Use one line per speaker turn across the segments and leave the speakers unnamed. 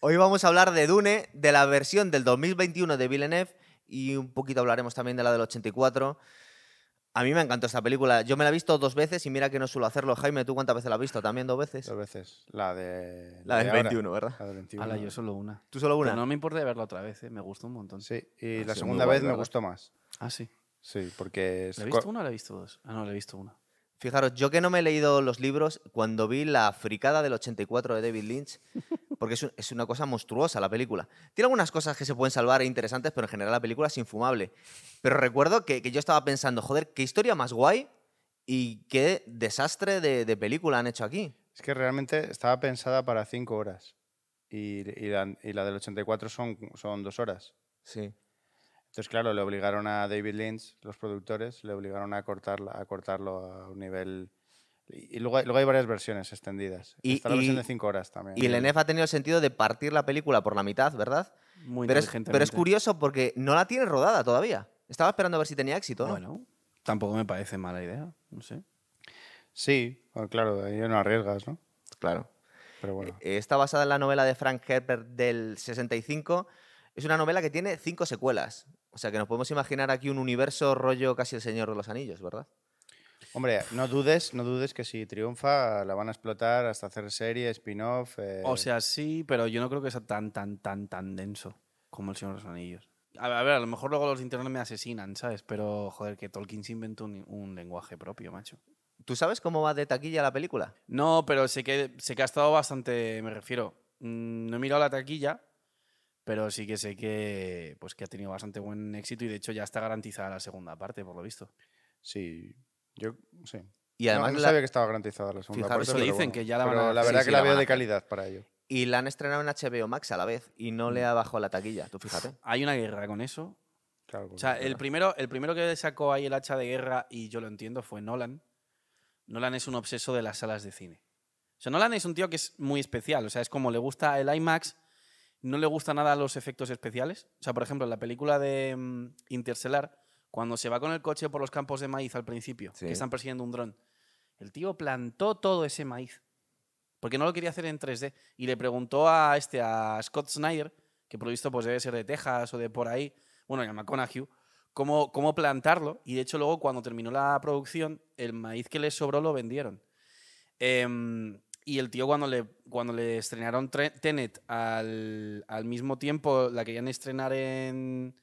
Hoy vamos a hablar de Dune, de la versión del 2021 de Villeneuve y un poquito hablaremos también de la del 84. A mí me encantó esta película. Yo me la he visto dos veces y mira que no suelo hacerlo. Jaime, ¿tú cuántas veces la has visto? ¿También dos veces?
Dos veces. La de.
La del
de ahora.
21, ¿verdad?
La del 21.
Ala, yo solo una.
¿Tú solo
Pero
una?
no me importa verla otra vez, ¿eh? me gustó un montón.
Sí, y
Ah,
la
sí,
segunda
muy guay,
vez
la
me
verdad.
gustó más.
Ah, sí.
Sí, porque.
¿La he
Scor-
visto una o la he visto dos? Ah, no, la he visto una.
Fijaros, yo que no me he leído los libros, cuando vi la fricada del 84 de David Lynch, porque es, un- es una cosa monstruosa la película. Tiene algunas cosas que se pueden salvar e interesantes, pero en general la película es infumable. Pero recuerdo que, que yo estaba pensando, joder, qué historia más guay y qué desastre de, de película han hecho aquí.
Es que realmente estaba pensada para cinco horas. Y, y la, y la del 84 son, son dos horas.
Sí.
Entonces, claro, le obligaron a David Lynch, los productores, le obligaron a, cortarla, a cortarlo a un nivel. Y y luego, hay- luego hay varias versiones extendidas.
Y-
Está la versión
y-
de cinco horas también.
Y el ENEF ha tenido el sentido de partir la película por la mitad, ¿verdad?
Muy
Pero es,
inteligente.
pero es curioso porque no la tiene rodada todavía. Estaba esperando a ver si tenía éxito. ¿no?
Bueno, tampoco me parece mala idea. No sé.
Sí, bueno, claro, ahí no arriesgas, ¿no?
claro.
Pero bueno.
Eh, Está basada en la novela de Frank Herbert del 65. Es una novela que tiene cinco secuelas. O sea que nos podemos imaginar aquí un universo rollo casi el Señor de los Anillos, ¿verdad?
Hombre, no dudes, no dudes que si triunfa la van a explotar hasta hacer serie, spin-off. eh,
O sea, sí, pero yo no creo que sea tan, tan, tan, tan denso como El Señor de los Anillos. A ver, a, ver, a lo mejor luego los de internet me asesinan, ¿sabes? Pero, joder, que Tolkien se inventó un, un lenguaje propio, macho.
¿Tú sabes cómo va de taquilla la película?
No, pero sé que, sé que ha estado bastante, me refiero, mm, no he mirado la taquilla, pero sí que sé que, pues, que ha tenido bastante buen éxito y de hecho ya está garantizada la segunda parte, por lo visto.
Sí, yo sí.
Y
No,
además
no,
la-
sabía que estaba garantizada la segunda
Fijaros,
parte,
eso
pero
dicen,
bueno.
que ya la van
Pero
a-
la
sí,
verdad
sí,
que
la
la
van
veo
a
de
hacer.
calidad para ello.
y la han estrenado en HBO Max a la vez y no le ha bajado la taquilla, tú fíjate.
Hay una guerra con eso.
Claro,
O sea,
porque-
el primero, el primero que sacó ahí el hacha de guerra, y yo lo entiendo, fue Nolan. Nolan es un obseso de las salas de cine. O sea, Nolan es un tío que es muy especial. O sea, es como le gusta el IMAX, no le gusta nada los efectos especiales. O sea, por ejemplo, en la película de mm, Interstellar, cuando se va con el coche por los campos de maíz al principio,
Sí.
que están persiguiendo un dron, el tío plantó todo ese maíz. Porque no lo quería hacer en 3D. Y le preguntó a este, a Scott Snyder, que por lo visto pues, debe ser de Texas o de por ahí, bueno, y a McConaughey, cómo, cómo plantarlo. Y de hecho, luego cuando terminó la producción, el maíz que les sobró lo vendieron. Em, y el tío, cuando le, cuando le estrenaron Tre- Tenet al, al mismo tiempo, la querían estrenar en.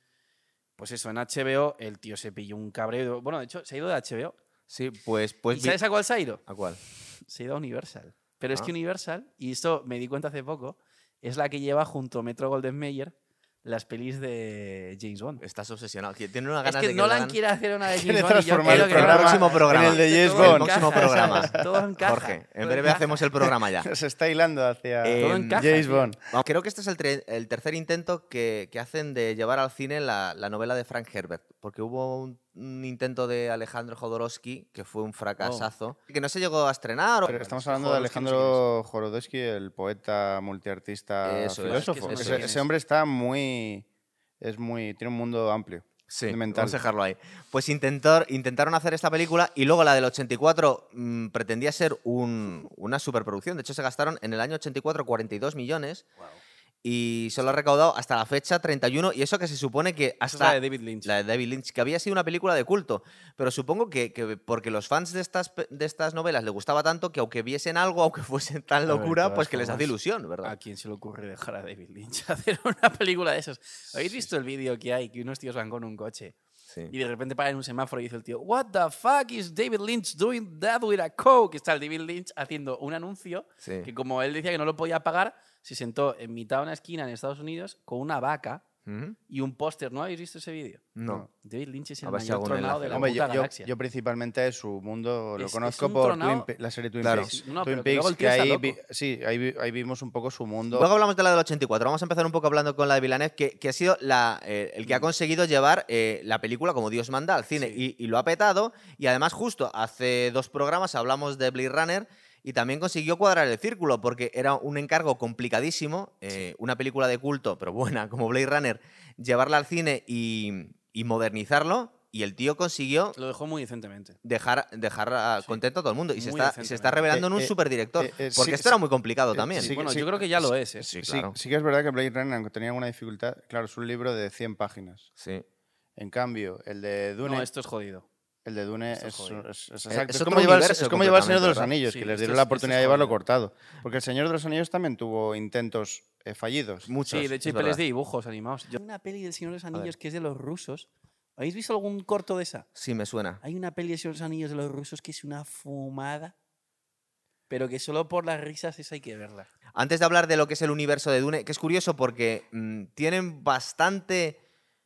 Pues eso, en HBO, el tío se pilló un cabreo. Bueno, de hecho, se ha ido de HBO.
Sí, pues...
¿Y
pues vi-
sabes a cuál se ha ido?
¿A cuál?
Se ha ido a Universal. Pero es
Ah.
que Universal, y esto me di cuenta hace poco, es la que lleva junto a Metro Golden Mayer las pelis de James Bond.
Estás obsesionado. Que Tiene una
Es
ganas
que
de que
Nolan
hagan
quiere hacer una de
Quiere
James Bond. y yo
transformar
creo
el
que no.
programa próximo programa.
en el de James
Todo
Bond.
El próximo
encaja,
programa.
¿sabes? Todo encaja.
Jorge, en
todo
breve
encaja.
hacemos el programa ya.
Se está hilando hacia
Eh,
Todo
em,
encaja,
James
tío.
Bond.
Vamos, Creo que este es el, tre- el tercer intento que, que hacen de llevar al cine la, la novela de Frank Herbert, porque hubo un, un intento de Alejandro Jodorowsky que fue un fracasazo, que no se llegó a estrenar. o-
Oh. Pero estamos hablando de
Jodorowsky, no sé
Alejandro Jorodowski, el poeta multiartista
Eso es.
filósofo.
Eso
ese,
es.
ese hombre está muy, es muy, tiene un mundo amplio.
Sí,
mental.
vamos a dejarlo ahí. Pues intentor- intentaron hacer esta película y luego la del 84 mm, pretendía ser un- una superproducción. De hecho, se gastaron en el año 84 42 millones y solo ha recaudado hasta la fecha 31 y eso que se supone que
Esa es la
hasta
de David Lynch.
La de David Lynch, que había sido una película de culto. Pero supongo que, que porque los fans de estas, pe- de estas novelas les gustaba tanto que aunque viesen algo, aunque fuesen tan
A ver,
locura,
todas
pues que les
formas,
hace ilusión, ¿verdad?
¿A quién se le ocurre dejar a David Lynch hacer una película de esos? ¿Habéis visto el vídeo que hay que unos tíos van con un coche y de repente paran en un semáforo y dice el tío, What the fuck is David Lynch doing that with a coke? Está el David Lynch haciendo un anuncio
Sí.
que como él decía que no lo podía pagar, se sentó en mitad de una esquina en Estados Unidos con una vaca
¿Mm?
y un póster. ¿No habéis visto ese vídeo?
No.
David Lynch es
A
el
ver si
mayor
algún enlace
tronado de
lo
la
Hombre,
puta
yo, yo-
galaxia.
yo principalmente su mundo lo
Es-
conozco
es un
por Twin
tronado-
Pe- la serie Twin
Claro.
Peaks.
Sí, no,
Twin
pero que luego
Peaks,
el
que
tío está
ahí,
loco.
vi- sí, ahí, vi- ahí vimos un poco su mundo.
Luego hablamos de la del 84. Vamos a empezar un poco hablando con la de Villeneuve, que, que ha sido la, eh, el
Mm.
que ha conseguido llevar eh, la película como Dios manda al cine
Sí.
y, y lo ha petado. Y además, justo hace dos programas hablamos de Blade Runner y también consiguió cuadrar el círculo porque era un encargo complicadísimo. eh, Una película de culto, pero buena, como Blade Runner, llevarla al cine y, y modernizarlo. Y el tío consiguió
Lo dejó muy decentemente.
dejar, dejar a- contento a todo el mundo. Y se
Muy
está,
decentemente.
se está revelando en un
Eh, eh,
superdirector.
eh, eh,
porque
sí,
esto era
sí.
muy complicado
Eh,
también.
sí.
bueno, yo creo que ya lo es, ¿eh?
sí,
Sí,
claro.
sí que es verdad que Blade Runner, aunque tenía alguna dificultad, claro, es un libro de 100 páginas.
Sí.
En cambio, el de Dune,
No, esto es jodido.
el de Dune es,
esto es jodido.
es- es-
Eh,
exacto,
es
es
otro
como llevar,
universo
es como llevar el Señor
completamente,
de los
¿verdad?
Anillos,
Sí,
que les
esto
dieron
es-
la
esto es
oportunidad de llevarlo
jodido.
cortado. Porque el Señor de los Anillos también tuvo intentos eh, fallidos.
Muchos,
Sí, de hecho hay
es
pelis
verdad.
de dibujos animados. Yo... Una peli del Señor de los
ver.
Anillos que es de los rusos. ¿Habéis visto algún corto de esa?
Sí, me suena.
Hay una peli de Señor de los Anillos de los rusos que es una fumada. Pero que solo por las risas esa hay que verla.
Antes de hablar de lo que es el universo de Dune, que es curioso porque mm, tienen bastante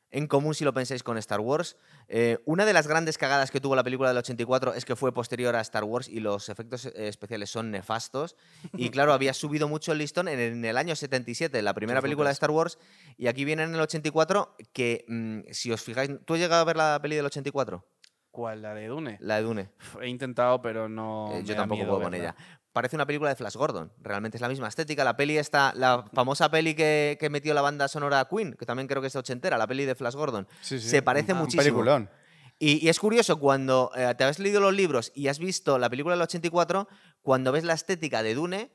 en común si lo pensáis con Star Wars. Eh, una de las grandes cagadas que tuvo la película del 84 es que fue posterior a Star Wars y los efectos eh, especiales son nefastos. Y claro, había subido mucho el listón en, en el año 77, la primera
George
película de
Lucas.
Star Wars, y aquí viene en el 84 que, mm, si os fijáis, ¿tú has llegado a ver la peli del 84?
¿Cuál? ¿La de Dune?
La de Dune.
Pf, He intentado, pero no.
Eh,
me
yo
da
tampoco
miedo
puedo con
verla.
ella. Parece una película de Flash Gordon. Realmente es la misma estética. La peli está, la famosa peli que, que metió la banda sonora Queen, que también creo que es ochentera, la peli de Flash Gordon.
Sí, sí,
Se parece
un-
muchísimo.
Un peliculón.
Y, y es curioso, cuando eh, te has leído los libros y has visto la película del 84, cuando ves la estética de Dune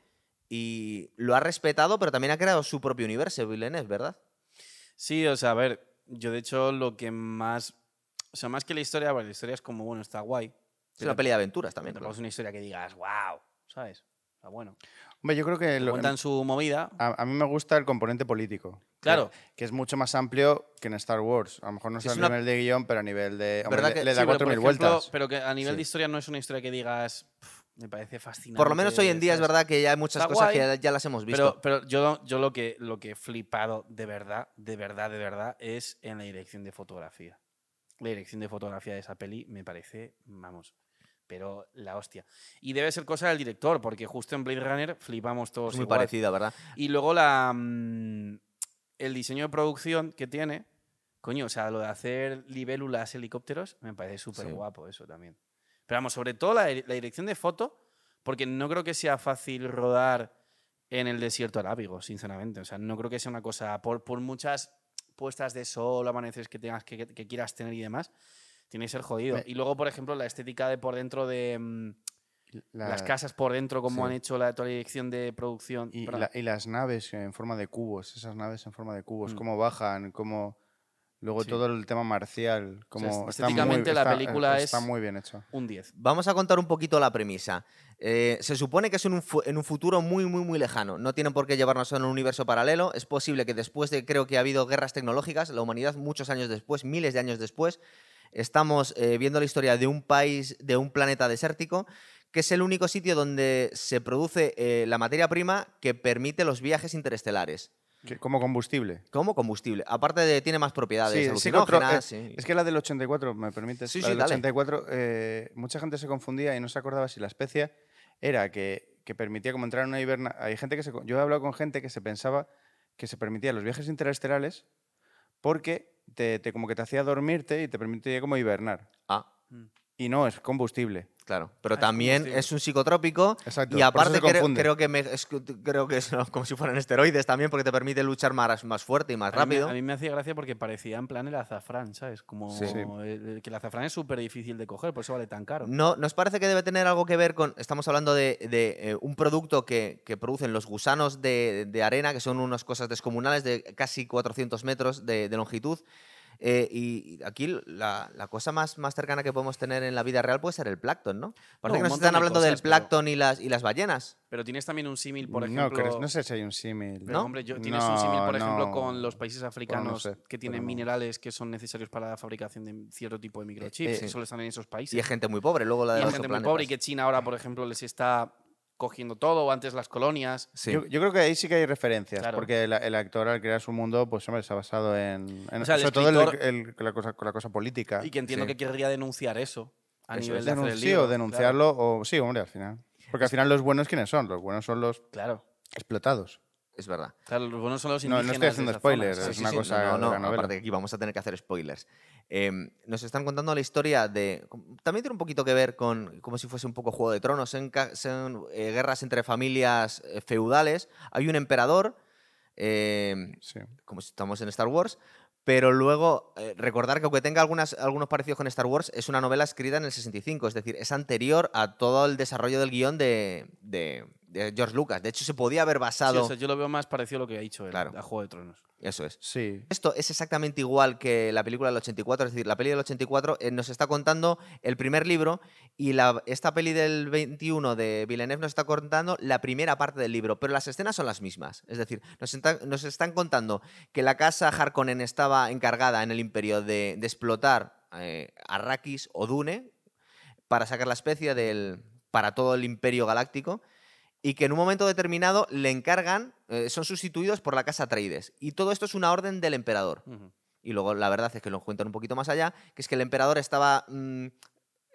y lo ha respetado, pero también ha creado su propio universo, Villeneuve, ¿verdad?
Sí, o sea, a ver, yo de hecho lo que más. O sea, más que la historia, bueno, la historia es como, bueno, está guay.
Es una peli de aventuras también.
Tampoco
claro.
es una historia que digas, wow, ¿sabes? Está bueno.
Hombre, yo creo que
Te
lo-
em
cuentan su movida.
Ah,
a, a mí me gusta el componente político. que-
Claro.
Que es mucho más amplio que en Star Wars. A lo mejor no
Sí,
es a
es una-
nivel de guión, pero a nivel de. hombre,
¿Verdad
le-
que-
le
sí,
da
pero, por
4.000
ejemplo,
vueltas.
Pero que a nivel
Sí.
de historia no es una historia que digas, "Pf, me parece fascinante.
Por lo menos hoy en día es
¿sabes?
verdad que ya hay muchas
pues, Está
cosas que ya,
guay,
ya las hemos visto.
Pero, pero yo, yo lo, que, lo que he flipado de verdad, de verdad, de verdad, es en la dirección de fotografía. La dirección de fotografía de esa peli me parece, vamos, pero la hostia. Y debe ser cosa del director, porque justo en Blade Runner flipamos todos
es muy
pues igual.
parecida, ¿verdad?
Y luego la, mm, el diseño de producción que tiene, coño, o sea, lo de hacer libélulas, helicópteros, me parece súper guapo eso también. Pero vamos, sobre todo la, la dirección de foto, porque no creo que sea fácil rodar en el desierto arábigo, sinceramente. O sea, no creo que sea una cosa, por, por muchas puestas de sol, amaneceres que tengas que, que quieras tener y demás, tiene que ser jodido.
Me-
Y luego, por ejemplo, la estética de por dentro de mm,
La-
las casas por dentro, como
sí.
han hecho la, toda la dirección de producción.
Y,
perdón.
la- y las naves en forma de cubos, esas naves en forma de cubos,
Mm.
cómo bajan, cómo. Luego
Sí.
todo el tema marcial. Como está muy-
estéticamente la
está-
película
Está
es-
muy bien hecho.
Un 10.
Vamos a contar un poquito la premisa. Eh, se supone que es en un, fu- en un futuro muy, muy, muy lejano. No tienen por qué llevarnos a un universo paralelo. Es posible que después de, creo que ha habido guerras tecnológicas, la humanidad muchos años después, miles de años después, estamos eh, viendo la historia de un país, de un planeta desértico, que es el único sitio donde se produce eh, la materia prima que permite los viajes interestelares.
Que- Como combustible.
Como combustible. Aparte de, tiene más propiedades
Sí, psicotro-
alucinógenas. sí.
Es que la del 84, me permites,
Sí,
la
sí,
del
dale.
84, eh, mucha gente se confundía y no se acordaba si la especie era que, que permitía como entrar en una hiberna. Hay gente que se, co- yo he hablado con gente que se pensaba que se permitía los viajes interestelares porque te, te- como que te hacía dormirte y te permitía como hibernar.
Ah,
Y no, es combustible.
Claro, pero
Ah, es
también
combustible.
es un psicotrópico
Exacto,
y
por eso
aparte
se
creo,
confunde.
creo que me- es, que- creo que es como si fueran esteroides también porque te permite luchar más, más fuerte y más
A mí, me-
rápido.
a mí me hacía gracia porque parecía en plan el azafrán, ¿sabes? Como
Sí. Sí.
el- que el azafrán es súper difícil de coger, por eso vale tan caro.
No, ¿Nos parece que debe tener algo que ver con... Estamos hablando de, de, eh, un producto que, que producen los gusanos de, de arena, que son unas cosas descomunales de casi 400 metros de, de longitud. Eh, y y aquí la, la cosa más, más cercana que podemos tener en la vida real puede ser el plancton, ¿no? Parece
No, un
que nos
montón
están
de
hablando del
cosas, pero-
plancton y, las, y las ballenas.
Pero tienes también un símil, por
no,
ejemplo.
creo- no sé si hay un símil.
pero,
¿no?
hombre, yo- tienes un
No,
símil, por ejemplo,
no.
con los países africanos
sé,
que tienen
pero no.
minerales que son necesarios para la fabricación de cierto tipo de microchips,
eh,
que
sí.
solo están en esos países.
Y hay gente muy pobre, luego la
Y
de
hay
los
gente muy
planetas.
pobre y que China ahora, por ejemplo, les está cogiendo todo, o antes las colonias.
Sí.
Yo, yo creo que ahí sí que hay referencias,
Claro.
porque el, el actor al crear su mundo, pues hombre, se ha basado en, en-
O sea, el
sobre todo en el-
escritor-
el- la, cosa, con la cosa política.
Y que entiendo
ah, Sí.
que querría denunciar eso a
Eso
nivel
es,
de hacer el
denun- sí,
libro,
o denunciarlo, o sí, hombre, al final. Porque al final los buenos quiénes son, los buenos son los
Claro,
explotados.
Es verdad.
claro. Claro, los buenos son los
No, no
indígenas.
estoy
de
haciendo
esa zona,
spoiler,
¿sabes?
es una cosa
no,
de
no,
la novela.
aparte que aquí vamos a tener que hacer spoilers. Em, nos están contando la historia de... com- También tiene un poquito que ver con, como si fuese un poco Juego de Tronos, son, ca- son, eh, guerras entre familias eh, feudales. Hay un emperador, em,
Sí.
como si estamos en Star Wars, Pero luego, eh, recordar que aunque tenga algunas, algunos parecidos con Star Wars, es una novela escrita en el 65, es decir, es anterior a todo el desarrollo del guión de, de- de George Lucas. De hecho, se podía haber
Sí,
basado...
o sea, yo lo veo más parecido a lo que ha dicho él,
Claro.
a Juego de Tronos.
Eso es.
Sí.
Esto es exactamente igual que la película del 84, es decir, la peli del 84 eh, nos está contando el primer libro y la, esta peli del 21 de Villeneuve nos está contando la primera parte del libro, pero las escenas son las mismas. Es decir, nos, está- nos están contando que la casa Harkonnen estaba encargada en el imperio de, de explotar eh, Arrakis o Dune para sacar la especie del, para todo el imperio galáctico y que en un momento determinado le encargan, eh, son sustituidos por la casa Traides. Y todo esto es una orden del emperador.
Ujú.
Y luego la verdad es que lo cuentan un poquito más allá, que es que el emperador estaba... mm,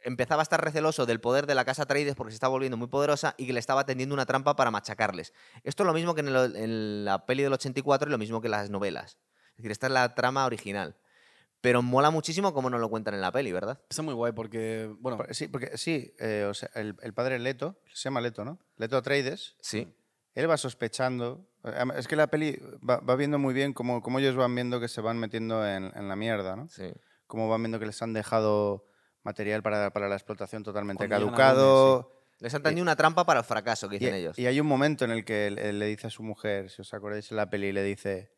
empezaba a estar receloso del poder de la casa Traides porque se estaba volviendo muy poderosa y que le estaba tendiendo una trampa para machacarles. Esto es lo mismo que en, el- en la peli del 84 y lo mismo que en las novelas. Es decir, esta es la trama original. Pero mola muchísimo como nos lo cuentan en la peli, ¿verdad?
Está muy guay porque, bueno,
Pues,
Por- Sí, porque sí, eh, o sea, el, el padre Leto, se llama Leto, ¿no? Leto Atreides,
Sí.
él va sospechando. Además, Es que la peli va, va viendo muy bien cómo, cómo ellos van viendo que se van metiendo en, en la mierda, ¿no?
sí.
Cómo van viendo que les han dejado material para, para la explotación totalmente
Cuando llegan a
caducado.
Les han tendido una trampa para el fracaso, que dicen
y, e-
ellos.
y hay un momento en el que él- él le dice a su mujer, si os acordáis en la peli, le dice,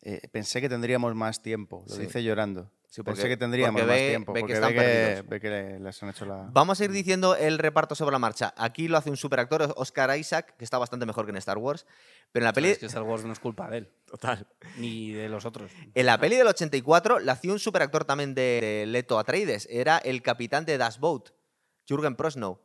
eh, pensé que tendríamos más tiempo, lo
Sí.
dice llorando.
Sí, porque-
pensé que tendríamos
porque
más
ve-
tiempo,
ve que
porque
están
ve, que,
perdidos.
ve que le- les han hecho la...
Vamos a ir diciendo el reparto sobre la marcha. Aquí lo hace un superactor, Oscar Isaac, que está bastante mejor que en Star Wars. Pero en la peli,
es que Star Wars no es culpa de él. Total. Ni de los otros.
en la peli del 84 la hacía un superactor también de, de Leto Atreides. Era el capitán de Das Boat, Jürgen Prosnow.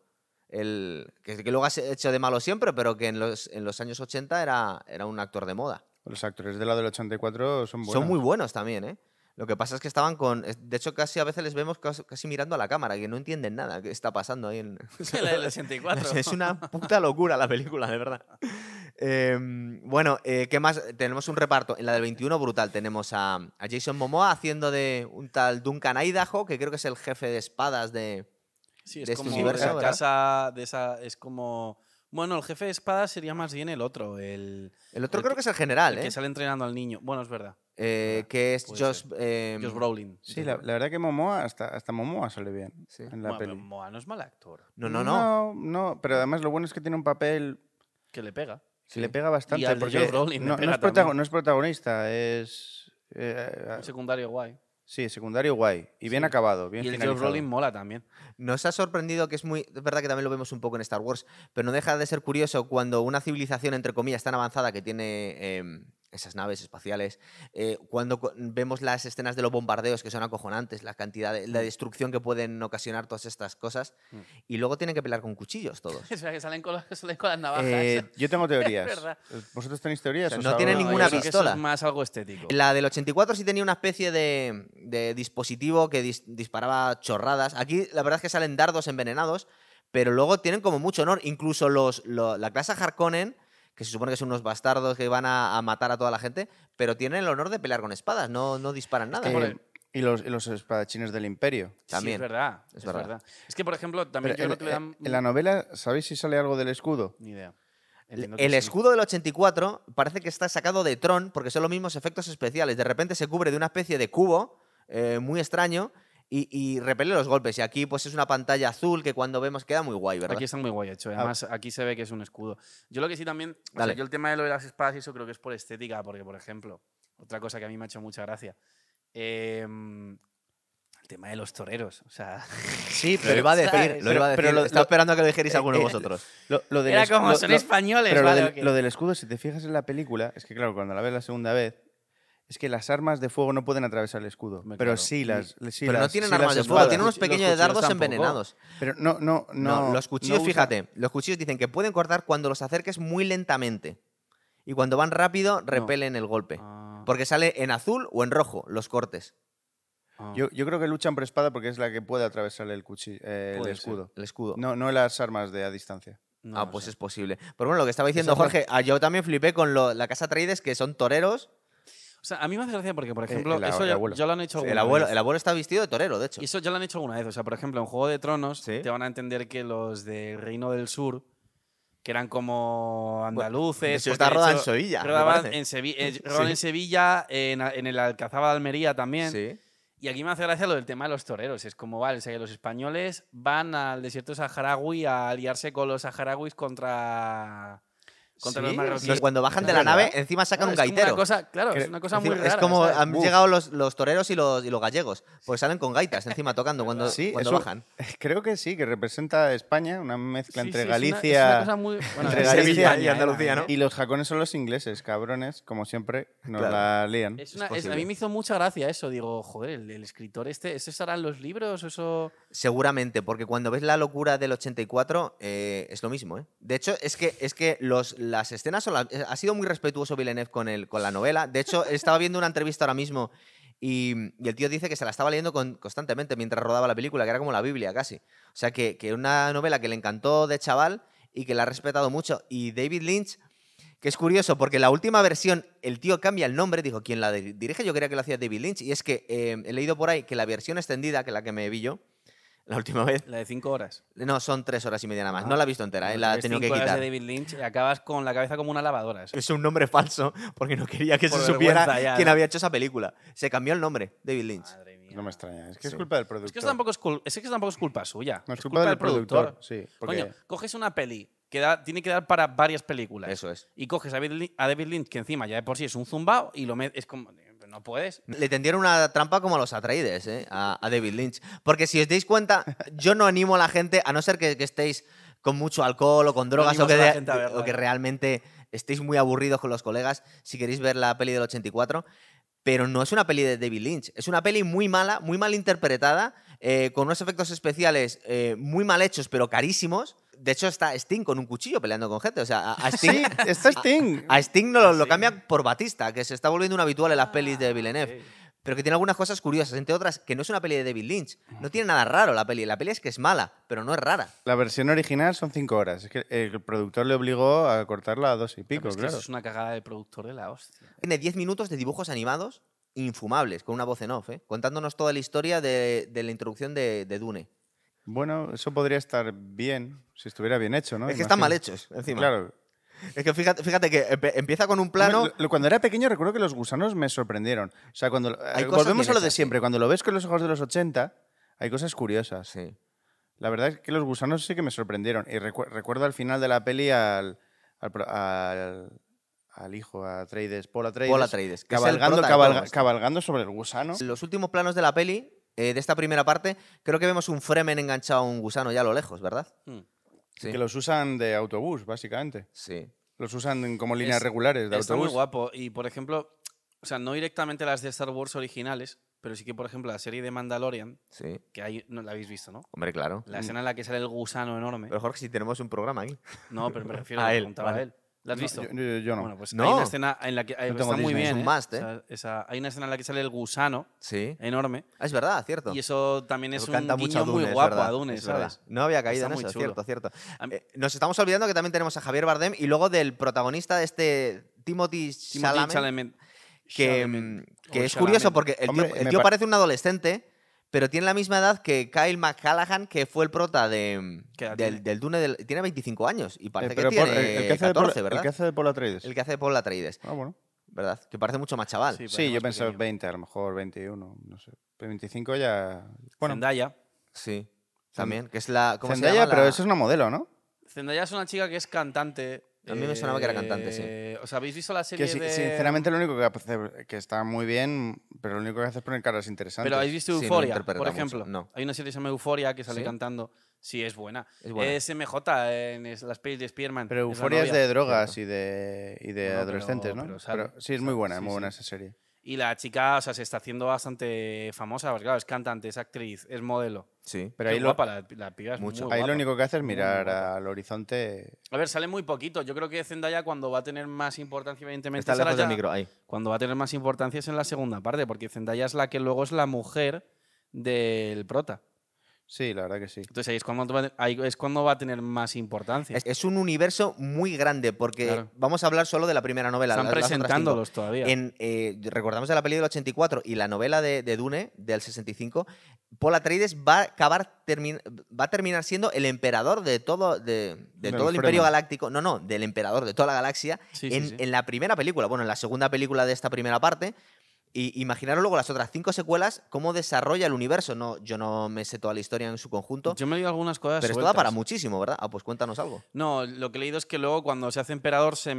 El, que, que luego ha se- hecho de malo siempre, pero que en los, en los años 80 era, era un actor de moda.
Los actores de la del 84 son buenos.
Son muy buenos también, ¿eh? Lo que pasa es que estaban con. es- De hecho, casi a veces les vemos casi, casi mirando a la cámara, que no entienden nada que está pasando ahí en,
la del 84.
Es una puta locura la película, de verdad. Em, bueno, eh, ¿qué más? Tenemos un reparto. En la del 21, brutal. Tenemos a, a Jason Momoa haciendo de un tal Duncan Idaho, que creo que es el jefe de espadas de.
Sí, es
de
como
estos
de
universos,
esa
¿verdad?
casa, de esa, es como... Bueno, el jefe de espada sería más bien el otro, el,
El otro
El
creo
que-
que es el general,
el
¿eh?
que sale entrenando al niño. Bueno, es verdad.
Eh, que es
Puede
Josh.
ser.
em,
Josh Brolin.
Sí, la, la verdad que Momoa, hasta, hasta Momoa sale bien
sí.
en la
Bueno, pero
peli.
Moa no es mal actor.
No, no, no.
no. no, pero además lo bueno es que tiene un papel
Que le pega.
que le pega bastante.
al de
porque
Josh Brolin le
no, no
pega
es protago-
también.
no es protagonista, es... eh,
Un secundario guay.
sí, secundario guay. Y bien
Sí.
acabado, bien
y el Josh
finalizado.
Brolin mola también.
Nos ha sorprendido que es muy. Es verdad que también lo vemos un poco en Star Wars, pero no deja de ser curioso cuando una civilización, entre comillas, tan avanzada que tiene em, esas naves espaciales, eh, cuando co- vemos las escenas de los bombardeos que son acojonantes, la cantidad de la destrucción que pueden ocasionar todas estas cosas,
Mm.
y luego tienen que pelear con cuchillos todos.
Es verdad que salen con, las- que salen con las navajas.
Eh,
Yo tengo teorías.
verdad.
¿Vosotros tenéis teorías?
O sea,
¿Os
no tiene
hablo-
yo
ninguna
creo que eso
pistola.
es más algo estético.
La del 84 sí tenía una especie de, de dispositivo que dis- disparaba chorradas. Aquí la verdad es que salen dardos envenenados, pero luego tienen como mucho honor. Incluso los, lo- la clase Harkonnen, que se supone que son unos bastardos que van a, a matar a toda la gente, pero tienen el honor de pelear con espadas, no, no disparan nada.
por
Eh,
el-
y, los, y los espadachines del imperio.
también.
Sí, es verdad.
Es
Es,
verdad.
verdad. Es que, por ejemplo, también
Pero en,
yo
e-
creo que le dan...
en la novela, ¿sabéis si sale algo del escudo?
Ni idea.
El
Entiendo que sí.
escudo del 84 parece que está sacado de Tron porque son los mismos efectos especiales. De repente se cubre de una especie de cubo eh, muy extraño y, y repele los golpes. Y aquí pues es una pantalla azul que cuando vemos queda muy guay, ¿verdad?
Aquí está muy guay hecho. y
Ah.
Además, aquí se ve que es un escudo. Yo lo que sí también. o sea,
Dale.
yo el tema de lo de las espadas y eso creo que es por estética, porque, por ejemplo, otra cosa que a mí me ha hecho mucha gracia. em, el tema de los toreros. O sea,
Sí,
Lo iba a decir,
¿sabes?
lo iba a decir.
Pero lo-
Estaba
lo-
esperando a que lo dijerais
eh,
alguno de
eh,
vosotros.
Lo, lo del
era
es-
como
lo-
son
lo-
españoles,
Pero lo
vale,
del,
ok.
lo del escudo, si te fijas en la película, es que claro, cuando la ves la segunda vez, es que las armas de fuego no pueden atravesar el escudo.
Hombre,
pero
claro.
sí las. sí
Pero no
las-
tienen
sí
armas
las
de fuego,
espadas.
tienen unos
Los
pequeños
cuchillos
dardos
tampoco.
envenenados.
Pero no, no, no.
No, los cuchillos,
no usa-
fíjate, los cuchillos dicen que pueden cortar cuando los acerques muy lentamente. Y cuando van rápido, repelen el golpe.
Ah,
Porque sale en azul o en rojo los cortes,
ah.
Yo, yo creo que luchan por espada porque es la que puede atravesar el, cuchillo, eh, el
Puede ser.
escudo.
el escudo.
No, no las armas de a distancia.
No
ah,
lo
pues
sé.
es posible. Pero bueno, lo que estaba diciendo
Esa fue-
Jorge, ah, yo también flipé con lo- la casa Traides, que son toreros.
O sea, a mí me hace gracia porque, por
El-
ejemplo,
el-
eso
el
ya,
abuelo.
ya lo han hecho.
El
alguna
abuelo,
vez.
el abuelo está vestido de torero, de hecho.
Y eso ya lo han hecho alguna vez. O sea, por ejemplo, en Juego de Tronos
Sí.
te van a entender que los del Reino del Sur que eran como andaluces.
Eso
porque
está
de
rodada en
hecho
Sevilla. me
rodaban
parece.
en, Sevi- eh, rodaban
Sí.
en Sevilla, en, a- en el Alcazaba de Almería también.
Sí.
Y aquí me hace gracia lo del tema de los toreros. Es como, vale, o sea, que los españoles van al desierto saharaui a aliarse con los saharauis contra, contra los
Sí,
marroquíes.
Los- cuando bajan de la
Es verdad.
nave, encima sacan un
Claro, es como una
gaitero.
cosa- claro, es
Cre-
una cosa muy
Encima-
rara.
es como
¿sabes?
han
Buf.
llegado los, los toreros y los, y los gallegos, pues salen con gaitas encima tocando cuando,
Sí,
cuando
eso-
bajan.
Creo que sí, que representa a España, una mezcla
Sí, sí,
entre
es una- es una
Galicia.
cosa muy- bueno,
entre
es
Galicia
España,
y
¿eh?
Andalucía, ¿no?
Y los jacones son los ingleses, cabrones, como siempre, nos
Claro.
la lían.
Es una-
Es
es- a mí
posible.
me hizo mucha gracia eso. Digo, joder, el, el escritor este, ¿eso estarán los libros? ¿Eso
Seguramente, porque cuando ves la locura del 84 eh, es lo mismo. ¿eh? De hecho, es que, es que los, las escenas son las- eh, ha sido muy respetuoso Villeneuve con, el, con la novela. De hecho, estaba viendo una entrevista ahora mismo y, mm, y el tío dice que se la estaba leyendo con- constantemente mientras rodaba la película, que era como la Biblia casi. O sea, que, que una novela que le encantó de chaval y que la ha respetado mucho. Y David Lynch, que es curioso, porque la última versión el tío cambia el nombre, dijo, quien la di- dirige yo creía que lo hacía David Lynch. Y es que eh, he leído por ahí que la versión extendida, que es la que me vi yo, la última vez,
La de cinco horas.
no, son tres horas y media nada más.
Ah.
No la he visto entera, eh, la he
Ves
tenido que
cinco horas
quitar.
de David Lynch eh, y acabas con la cabeza como una lavadora. ¿sabes?
Es un nombre falso porque no quería que
Por
se supiera
vergüenza ya,
quién
¿no?
había hecho esa película. Se cambió el nombre, David Lynch.
Madre mía.
No me extraña. Es que es
Sí.
culpa del productor.
Es que, eso tampoco es, cul- es que eso tampoco es culpa suya.
No, es culpa del productor. Sí, porque
Coño, coges una peli que da- tiene que dar para varias películas.
Eso es.
Y coges a David, Lin- a David Lynch, que encima ya de por sí es un zumbao, y lo metes. Es como. eh, No puedes.
Le tendieron una trampa como a los Atreides, ¿eh? a, a David Lynch. Porque si os dais cuenta, yo no animo a la gente, a no ser que, que estéis con mucho alcohol o con drogas o
animas
que,
a la
de-
gente a verla, ¿eh?
o que
¿no?
realmente estéis muy aburridos con los colegas, si queréis ver la peli del 84. Pero no es una peli de David Lynch. Es una peli muy mala, muy mal interpretada, eh, con unos efectos especiales eh, muy mal hechos, pero carísimos. De hecho, está Sting con un cuchillo peleando con gente. O sea, a- a Sting,
Sí, está Sting.
a Sting no lo, lo
¿Ah,
Sting.
cambia por Batista, que se está volviendo un habitual en las pelis de Villeneuve
ok.
pero que tiene algunas cosas curiosas, entre otras, que no es una peli de David Lynch. No tiene nada raro la peli. La peli es que es mala, pero no es rara.
La versión original son cinco horas. Es que el productor le obligó a cortarla a dos y pico,
Pero es que
claro.
Eso es una cagada de productor de la hostia.
Tiene 10 minutos de dibujos animados infumables, con una voz en off, ¿eh? contándonos toda la historia de, de la introducción de, de Dune.
Bueno, eso podría estar bien si estuviera bien hecho, ¿no?
es que están
Ah, Imagino.
mal hechos, encima.
Claro.
Es que fíjate, fíjate que empe- empieza con un plano...
Hombre, lo- cuando era pequeño recuerdo que los gusanos me sorprendieron. O sea, cuando
Hay
eh,
cosas
volvemos
bien
a lo de
hechas, sí.
siempre, cuando lo ves con los ojos de los 80, hay cosas curiosas.
Sí.
La verdad es que los gusanos sí que me sorprendieron. Y recu- recuerdo al final de la peli al, al, pro- al, al hijo, a Trades, Paul Atreides,
Paul Atreides, que es el
cabalgando,
prota de
cabalga-
todos.
cabalgando sobre el gusano.
En los últimos planos de la peli, eh, de esta primera parte, creo que vemos un Fremen enganchado a un gusano ya a lo lejos, ¿verdad?
Hmm.
Sí.
Que los usan de autobús, básicamente.
Sí,
Los usan como líneas
Es-
regulares de
Está
autobús.
muy guapo. Y por ejemplo, o sea, no directamente las de Star Wars originales, pero sí que, por ejemplo, la serie de Mandalorian,
sí.
que hay, no la habéis visto, ¿no?
Hombre, claro.
La escena en la que sale el gusano enorme.
Pero Jorge, si tenemos un programa aquí.
No, pero me refiero
A
a
él,
él.
vale.
a él. ¿La has
No,
visto?
yo, yo- yo no.
Bueno, pues hay
No.
una escena en la que eh,
No tengo
está muy
Disney.
bien.
Es un
¿eh?
must, ¿eh?
O sea, esa- hay una escena en la que sale el gusano
Sí.
enorme.
Ah, es verdad, cierto.
Y eso también es
Pero
un
canta mucho
guiño
a Dune,
muy
es
guapo
verdad,
a Dune,
es verdad.
¿sabes?
No había caído en
Está muy
eso,
chulo.
cierto, cierto.
A mí-
Eh, nos estamos olvidando que también tenemos a Javier Bardem y luego del protagonista de este Timothy
Timothée
Chalamet,
Chalamet.
que,
Chalamet.
mm, que
O
es curioso
Chalamet.
porque el tío,
Hombre,
el
me
tío
pa-
parece un adolescente, pero tiene la misma edad que Kyle McCallaghan, que fue el prota de,
¿Qué edad
del,
tiene?
del Dune. del- tiene 25 años y parece
Eh,
que
pero Paul-
tiene
el, el que hace de Paul-
14,
el
¿verdad?
que hace de Paul Atreides.
El que hace de Paul Atreides,
Ah, bueno.
¿verdad? Que parece mucho más chaval.
Sí,
Sí, yo
más
pensaba
pequeño.
20, a lo mejor 21, no sé. Pero 25 ya... Bueno,
Zendaya.
Sí, También, que es la... ¿cómo se
Zendaya,
llama?
pero
La-
eso es una modelo, ¿no?
Zendaya es una chica que es cantante.
A mí me sonaba que era cantante, sí.
eh, O sea, ¿habéis visto la serie
Que si-
de...?
sinceramente lo único que hace, que está muy bien, pero lo único que hace es poner caras interesantes.
Pero ¿habéis visto
Sí, no
Euforia,
interpreta
por
mucho,
ejemplo?
no.
Hay una serie que se llama Euforia que sale
¿Sí?
cantando. Sí, es buena.
Es buena.
Es MJ en es- las pelis de Spearman.
Pero
es la
Euforia es,
novia.
de drogas y de, y de
No, no, pero-
adolescentes, ¿no?
pero sale,
Pero sí, es muy buena, es
sí,
muy buena
sí.
esa serie.
Y la chica, o sea, se está haciendo bastante famosa, porque claro, es cantante, es actriz, es modelo.
Sí.
Pero
Qué
ahí,
guapa, la, la piba es
Mucho.
lo,
muy
ahí
guapa.
lo único que hace es mirar
guapa.
al horizonte.
A ver, sale muy poquito. Yo creo que Zendaya cuando va a tener más importancia, evidentemente,
Está
será
lejos del
ya-
micro, ahí.
cuando va a tener más importancia es en la segunda parte, porque Zendaya es la que luego es la mujer del prota.
Sí, la verdad que sí.
Entonces ahí es cuando, va- ahí es cuando va a tener más importancia.
Es, es un universo muy grande porque
Claro.
vamos a hablar solo de la primera novela.
Están
las- las otras cinco.
presentándolos todavía.
En, eh, recordamos de la peli del 84 y la novela de, de Dune del 65, Paul Atreides va a, acabar termi- va a terminar siendo el emperador de todo, de, de
Del
todo el Imperio
Fremen.
Galáctico, no, no, del emperador de toda la galaxia
Sí, sí,
en,
sí.
en la primera película, bueno, en la segunda película de esta primera parte. Y imaginaros luego las otras cinco secuelas, cómo desarrolla el universo. No, yo no me sé toda la historia en su conjunto,
Yo me he leído algunas cosas.
pero esto da para
sueltas.
muchísimo, ¿verdad? Ah, pues cuéntanos algo.
No, lo que he leído es que luego cuando se hace emperador se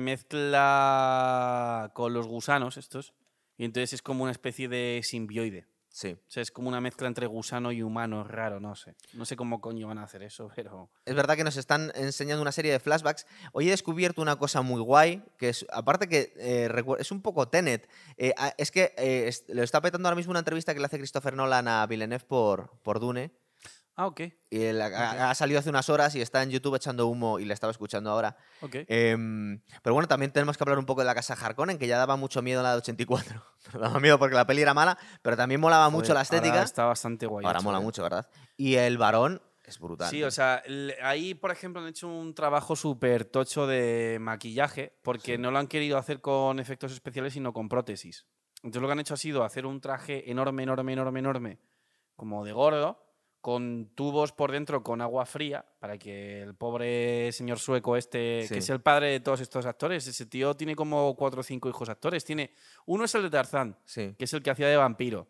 mezcla con los gusanos estos. Y entonces es como una especie de simbioide.
Sí.
O sea, es como una mezcla entre gusano y humano, es raro, no sé. No sé cómo coño van a hacer eso, pero.
Es verdad que nos están enseñando una serie de flashbacks. Hoy he descubierto una cosa muy guay, que es, aparte que eh, recu- es un poco Tenet. Eh, a- es que eh, es- le está petando ahora mismo una entrevista que le hace Christopher Nolan a Villeneuve por, por Dune.
Ah, ok.
Y él ha- ha, ha salido hace unas horas y está en YouTube echando humo y le estaba escuchando ahora.
Ok.
Em, pero bueno, también tenemos que hablar un poco de la casa Harkonnen, que ya daba mucho miedo en la de 84. daba miedo porque la peli era mala, pero también molaba mucho la
Joder, ahora
estética.
está bastante guay.
Ahora
hecho,
mola
¿eh?
mucho, ¿verdad? Y el varón es brutal. ¿eh?
Sí, o sea, el- ahí, por ejemplo, han hecho un trabajo súper tocho de maquillaje, porque no lo han querido hacer con efectos especiales, sino con prótesis. Entonces lo que han hecho ha sido hacer un traje enorme, enorme, enorme, enorme, como de gordo, con tubos por dentro con agua fría, para que el pobre señor sueco este,
Sí.
que es el padre de todos estos actores, ese tío tiene como cuatro o cinco hijos actores. Tiene, uno es el de Tarzán,
sí.
que es el que hacía de vampiro.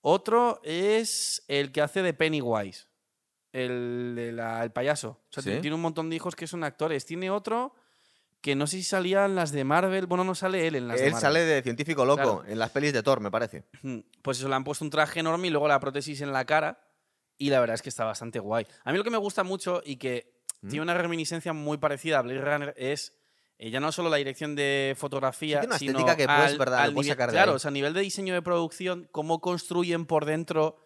Otro es el que hace de Pennywise, el, de la- el payaso. O sea,
¿Sí?
tiene- tiene un montón de hijos que son actores. Tiene otro que no sé si salían las de Marvel. Bueno, no sale él en las de
Él
Marvel.
sale de científico loco
Claro.
en las pelis de Thor, me parece.
Mm, Pues eso, le han puesto un traje enorme y luego la prótesis en la cara. Y la verdad es que está bastante guay. A mí lo que me gusta mucho y que
¿Mm?
tiene una reminiscencia muy parecida a Blade Runner es eh, ya no solo la dirección de fotografía,
Sí, tiene una
sino
estética que puedes,
al-
¿verdad?
al
Lo puedes
nivel-
sacar de
claro,
ahí.
o sea, a nivel de diseño de producción, cómo construyen por dentro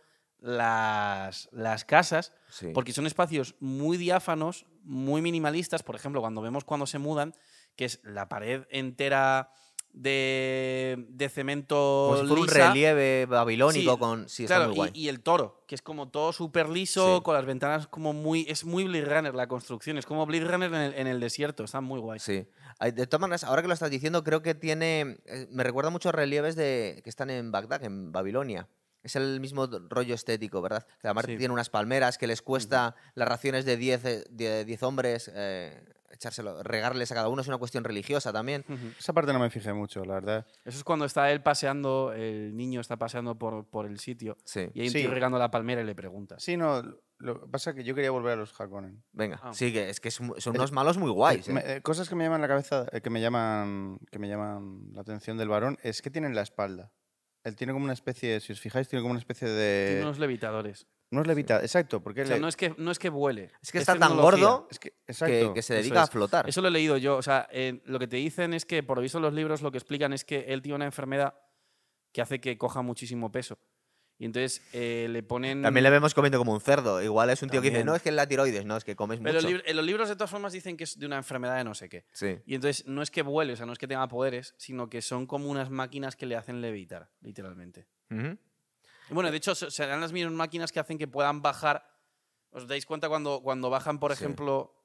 las, las casas,
Sí.
porque son espacios muy diáfanos, muy minimalistas. Por ejemplo, cuando vemos cuando se mudan, que es la pared entera de, de cemento
Como si fuera un
lisa,
relieve babilónico
Sí,
con. Sí, está
Claro,
muy
y-
guay.
Y, el toro, que es como todo súper liso,
Sí.
con las ventanas como muy... Es muy Blade Runner la construcción, es como Blade Runner en el, en el desierto, está muy guay.
Sí. Ay, De todas maneras, ahora que lo estás diciendo, creo que tiene. eh, Me recuerda mucho a relieves de, que están en Bagdad, en Babilonia. Es el mismo d- rollo estético, ¿verdad? Que además
Sí.
tiene unas palmeras que les cuesta las raciones de 10 eh, de 10 hombres, eh, echárselo, regarles a cada uno. Es una cuestión religiosa también.
Ujú.
Esa parte no me fijé mucho, la verdad.
Eso es cuando está él paseando, el niño está paseando por, por el sitio
Sí.
y hay un
Sí.
tío regando la palmera y le pregunta.
Sí, no, lo que pasa es que yo quería volver a los Harkonnen.
Venga,
Ah.
sí, que es que es mu- son
El-
unos malos muy guays.
Me-
¿eh?
eh, cosas que me llaman la cabeza, eh, que me llaman, que me llaman la atención del varón, es que tiene en la espalda. Él tiene como una especie, si os fijáis, tiene como una especie
Eh,
Tiene
de.
unos levitadores.
No es levita, exacto, porque
O sea,
le-
no, es que, no es que vuele.
Es que está tan
tecnología.
gordo
es que,
que,
exacto.
que se
eso
dedica a
es.
flotar.
Eso lo he leído yo. O sea, eh, lo que te dicen es que, por lo visto, los libros lo que explican es que él tiene una enfermedad que hace que coja muchísimo peso. Y entonces eh, le ponen.
También le vemos comiendo como un cerdo. Igual es un tío que dice,
También.
no, es que es la tiroides, no, es que comes
Pero
mucho.
lib- en los libros, de todas formas, dicen que es de una enfermedad de no sé qué.
Sí.
Y entonces no es que vuele, o sea, no es que tenga poderes, sino que son como unas máquinas que le hacen levitar, literalmente.
Ujú.
Y Bueno, de hecho, se- serán las mismas máquinas que hacen que puedan bajar. ¿Os dais cuenta cuando, cuando bajan, por
Sí. Ah.
ejemplo,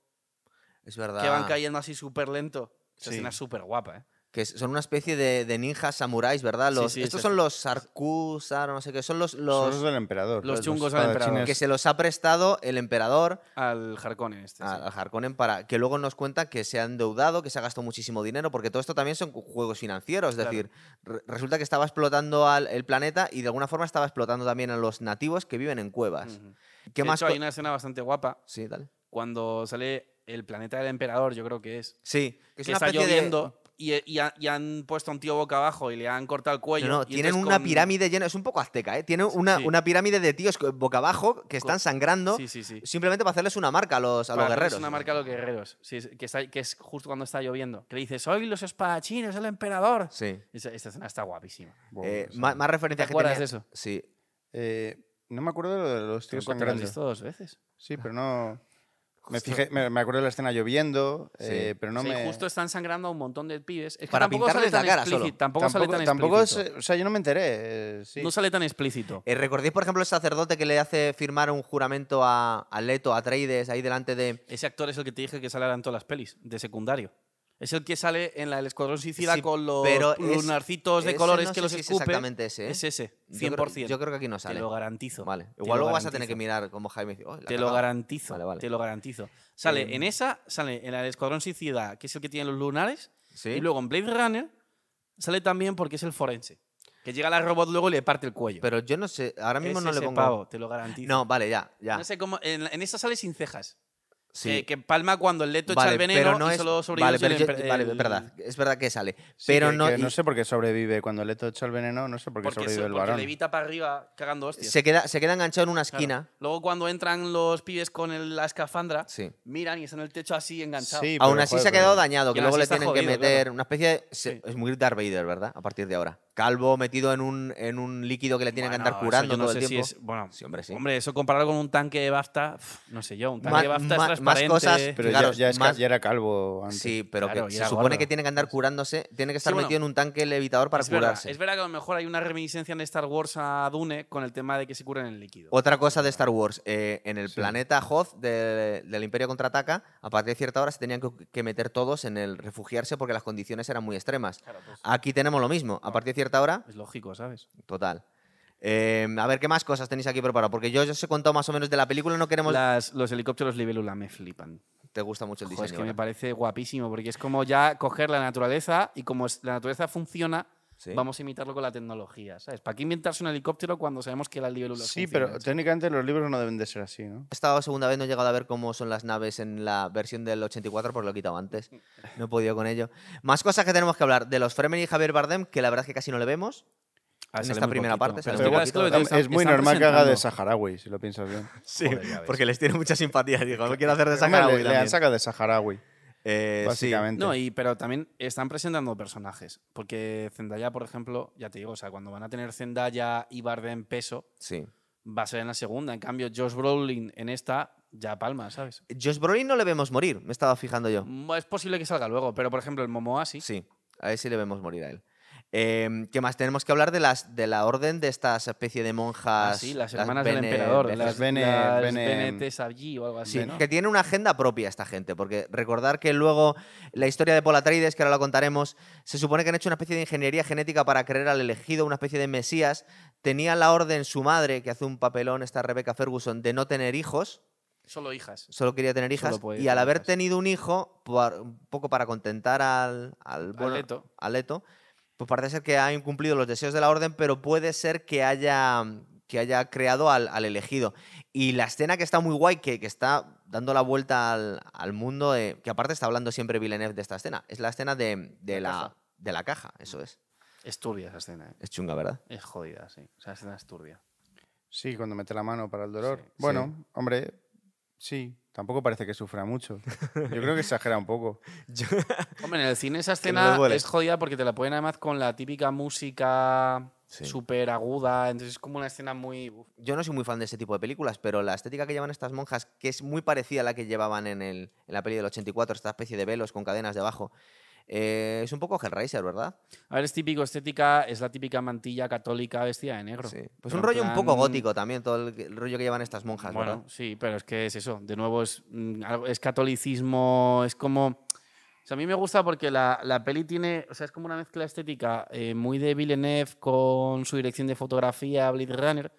Es verdad.
que van cayendo así súper lento? Esa
Sí.
escena es súper guapa, ¿eh?
Que es- son una especie de, de ninjas samuráis, ¿verdad?
Sí,
Los,
sí,
estos
exacto.
son los Sarkusar, no sé qué. Son los,
Son
los
los del emperador.
los chungos del emperador.
espadachines.
que se los ha prestado el emperador
Al Harkonnen este. sí.
a, a Harkonnen para que luego nos cuenta que se ha endeudado, que se ha gastado muchísimo dinero, porque todo esto también son cu- juegos financieros. Es
Claro.
decir, re- resulta que estaba explotando al el planeta y de alguna forma estaba explotando también a los nativos que viven en cuevas.
Ujú.
¿Qué
de
más?
hecho, hay
co-
una escena bastante guapa
Sí, dale.
cuando sale el planeta del emperador, yo creo que es.
Sí, que
Que
es una
está
especie de-
lloviendo y, y ha- y han puesto a un tío boca abajo y le han cortado el cuello.
No, no,
y
tienen
entonces
una
con-
pirámide llena, es un poco azteca, ¿eh? Tienen una,
sí.
una pirámide de tíos co- boca abajo que están sangrando
Sí, sí, sí.
simplemente para hacerles una marca a los, a los
Para hacerles
guerreros.
una marca a los guerreros. sí, es- que, está- que es justo cuando está lloviendo. Que le dice, soy los espadachines, el emperador.
Sí.
Esa- esta escena está guapísima.
Buah,
Eh,
pues,
ma- más, referencias
¿Te
que
acuerdas
tenía-
de eso?
Sí.
eh, no me acuerdo de lo de los tíos
Creo que te lo Ah. has
sangrando.
visto dos veces.
Sí, pero no. Me,
Justo.
fijé- me, me acuerdo de la escena lloviendo,
Sí.
eh, pero no
Sí,
me.
justo están sangrando a un montón de pibes. Es que
Para
tampoco
pintarles
sale tan
la cara solo.
explícito. Tampoco, sale tan
tampoco es,
explícito.
eh, O sea, yo no me enteré. eh, sí.
No sale tan explícito.
Eh, ¿Recordéis, por ejemplo, el sacerdote que le hace firmar un juramento a, a Leto, a Atreides, ahí delante de...
Ese actor es el que te dije que sale ahora en todas las pelis, de secundario. Es el que sale en la del Escuadrón Suicida
Sí,
con los
pero es-
lunarcitos de
ese
colores
no
que
sé
los
si es
escupe.
exactamente ese, ¿eh?
Es ese,
Yo creo,
100%.
yo creo que aquí no
te
sale.
lo garantizo.
Vale.
te
Igual
lo
luego vas a tener que
garantizo.
mirar como Jaime dice. "Oh, la
Te
he
lo
cagado".
garantizo,
Vale, vale.
te lo garantizo. Sale
Em,
en esa, sale en la del Escuadrón Suicida, que es el que tiene los lunares,
¿Sí?
y luego en Blade Runner sale también porque es el forense, que llega la robot luego y le parte el cuello.
Pero yo no sé, ahora mismo
Es
no le
ese
pongo...
pavo, te lo garantizo.
No, vale, ya, ya.
No sé cómo, en, en esa sale sin cejas.
sí.
eh, que palma cuando el leto echa
Vale,
el veneno
pero no
y
es...
solo
vale,
sobrevive.
pero yo-
el empe-
vale,
el-
es verdad, es verdad que sale.
Sí,
pero
que-
no,
que
y-
no sé por qué sobrevive. Cuando Leto echa el veneno, no sé por qué
Porque,
sobrevive
se-
el
porque
varón.
levita para arriba cagando hostias.
se, queda, se queda enganchado en una
Claro.
esquina.
Luego cuando entran los pibes con el- la escafandra,
Sí.
miran y están en el techo así enganchados.
Sí,
Aún
pero,
así
joder,
se ha quedado
pero-
dañado, que
Y aún
luego
así
le
está
tienen que
jodido,
meter
claro.
una especie de... se-
Sí.
Es muy Darth Vader, ¿verdad? A partir de ahora. Calvo metido en un, en un líquido que le tienen
Bueno,
que andar
eso
curando
yo no
todo
sé
el
si
tiempo.
es- bueno,
Sí, hombre, sí.
Hombre, eso comparado con un tanque de BAFTA, pf, no sé yo, un tanque
Ma-
de BAFTA
ma-
es
más
transparente.
cosas,
Pero ya-
Fijaros,
ya, es ca-
más-
ya era calvo antes.
Sí, pero
Claro,
que
y
se
era
supone
gordo. Pues
que tiene que andar curándose, tiene que estar
Sí, bueno,
metido en un tanque levitador para
es, verdad,
curarse.
es verdad que a lo mejor hay una reminiscencia en Star Wars a Dune con el tema de que se curen en el líquido.
Otra cosa de Star Wars, eh, en el
Sí.
planeta Hoth de- del Imperio Contraataca, a partir de cierta hora se tenían que, que meter todos en el refugiarse porque las condiciones eran muy extremas.
Claro, pues,
Aquí tenemos lo mismo, a partir de cierta hora,
es lógico, ¿sabes?
total. Eh, a ver, ¿qué más cosas tenéis aquí preparado? Porque yo, yo os he contado más o menos de la película, no queremos...
Las- los helicópteros libélula me flipan.
Te gusta mucho el
Joder,
diseño. ¿eh?
es que me
¿verdad?
parece guapísimo, porque es como ya coger la naturaleza y como es- la naturaleza funciona,
Sí.
vamos a imitarlo con la tecnología, ¿sabes? ¿Para qué inventarse un helicóptero cuando sabemos que la libélula
Sí, pero técnicamente los libros no deben de ser así, ¿no?
He estado segunda vez, no he llegado a ver cómo son las naves en la versión del 84 porque pues lo he quitado antes. No he podido con ello. Más cosas que tenemos que hablar. De los Fremen y Javier Bardem, que la verdad es que casi no le vemos. en esta primera parte sale
muy
Pero
Es muy normal que haga de saharaui, si lo piensas bien.
Sí,
Joder, ya ves.
porque les tiene mucha simpatía. Digo, no quiero hacer de
Hombre,
Saharaui
le, le han sacado de saharaui,
Eh, sí.
básicamente.
No, y, pero también están presentando personajes. Porque Zendaya, por ejemplo, ya te digo, o sea, cuando van a tener Zendaya y Bardem peso,
sí.
va a ser en la segunda. En cambio, Josh Brolin en esta ya palma, ¿sabes?
Josh Brolin no le vemos morir, me estaba fijando yo.
Mm, Es posible que salga luego, pero por ejemplo, el Momoa sí.
Sí, a ver si le vemos morir a él. Eh, ¿Qué más? Tenemos que hablar de, las, de la orden de estas especie de monjas.
Ah, sí, las hermanas del
Bene-
emperador.
Bene-
Las
Bene-
las
Bene-
Bene Tessaggi o algo así,
Sí,
¿no?
que tiene una agenda propia esta gente, porque recordar que luego la historia de Paul Atreides, que ahora la contaremos, se supone que han hecho una especie de ingeniería genética para creer al elegido, una especie de mesías. Tenía la orden su madre, que hace un papelón, esta Rebecca Ferguson, de no tener hijos,
Solo hijas.
solo quería tener hijas,
Solo puede
y al
tener
haber
hijas.
tenido un hijo, por- un poco para contentar al, al, bueno,
Leto.
a Leto, pues parece ser que ha incumplido los deseos de la orden, pero puede ser que haya, que haya creado al, al elegido. Y la escena que está muy guay, que, que está dando la vuelta al, al mundo, eh, que aparte está hablando siempre Villeneuve de esta escena, es la escena de, de
La
la,
caja.
de la caja, eso es.
Es turbia esa escena, ¿eh?
Es chunga, ¿verdad?
Es jodida, sí. O sea, esa escena es turbia.
Sí, cuando mete la mano para el dolor.
Sí,
bueno, hombre, sí. Tampoco parece que sufra mucho. Yo creo que exagera un poco.
Hombre, en el cine esa
Que no
escena
le duele.
es jodida porque te la ponen además con la típica música
Sí.
súper aguda. Entonces es como una escena muy. uf,
Yo no soy muy fan de ese tipo de películas, pero la estética que llevan estas monjas, que es muy parecida a la que llevaban en, el, en la peli del 84, esta especie de velos con cadenas debajo, eh, es un poco Hellraiser, ¿verdad?
A ver, es típico estética, es la típica mantilla católica vestida de negro.
Sí. Pues
Pero
un
en
rollo un poco
plan-
gótico también, todo el, el rollo que llevan estas monjas,
Bueno,
¿verdad?
sí, pero es que es eso. De nuevo, es, mm, algo- es catolicismo, es como. o sea, a mí me gusta porque la, la peli tiene. O sea, es como una mezcla estética eh, muy de Villeneuve con su dirección de fotografía, Blade Runner.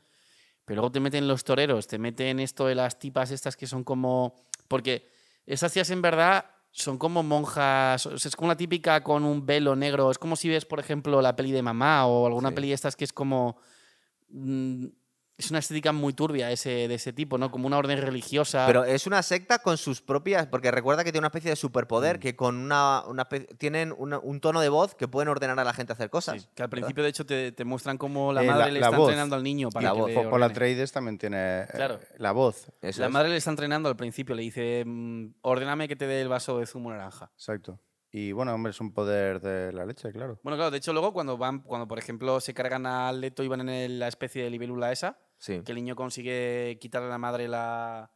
Pero luego te meten los toreros, te meten esto de las tipas estas que son como. Porque esas tías en verdad son como monjas. o sea, es como la típica con un velo negro. Es como si ves, por ejemplo, la peli de mamá o alguna
Sí.
peli de estas que es como. mm, es una estética muy turbia ese, de ese tipo, ¿no? Como una orden religiosa.
Pero es una secta con sus propias, porque recuerda que tiene una especie de
Mm.
superpoder, que con una, una espe- tienen una- un tono de voz que pueden ordenar a la gente a hacer
Sí,
cosas.
que al
¿verdad?
principio, de hecho, te, te muestran cómo la
Eh,
madre
la-
le
la
está
voz.
entrenando al niño para
la
que
voz.
le
Po- Paul
ordene.
Atreides también tiene eh,
Claro.
la voz.
Eso
La
es.
madre le está entrenando al principio, le dice, mm, ordéname que te dé el vaso de zumo naranja.
Exacto. Y bueno, hombre, es un poder de la leche, claro.
Bueno, claro, de hecho luego cuando van, cuando por ejemplo se cargan al Leto y van en el- la especie de libélula esa,
Sí.
que el niño consigue quitarle a la madre la,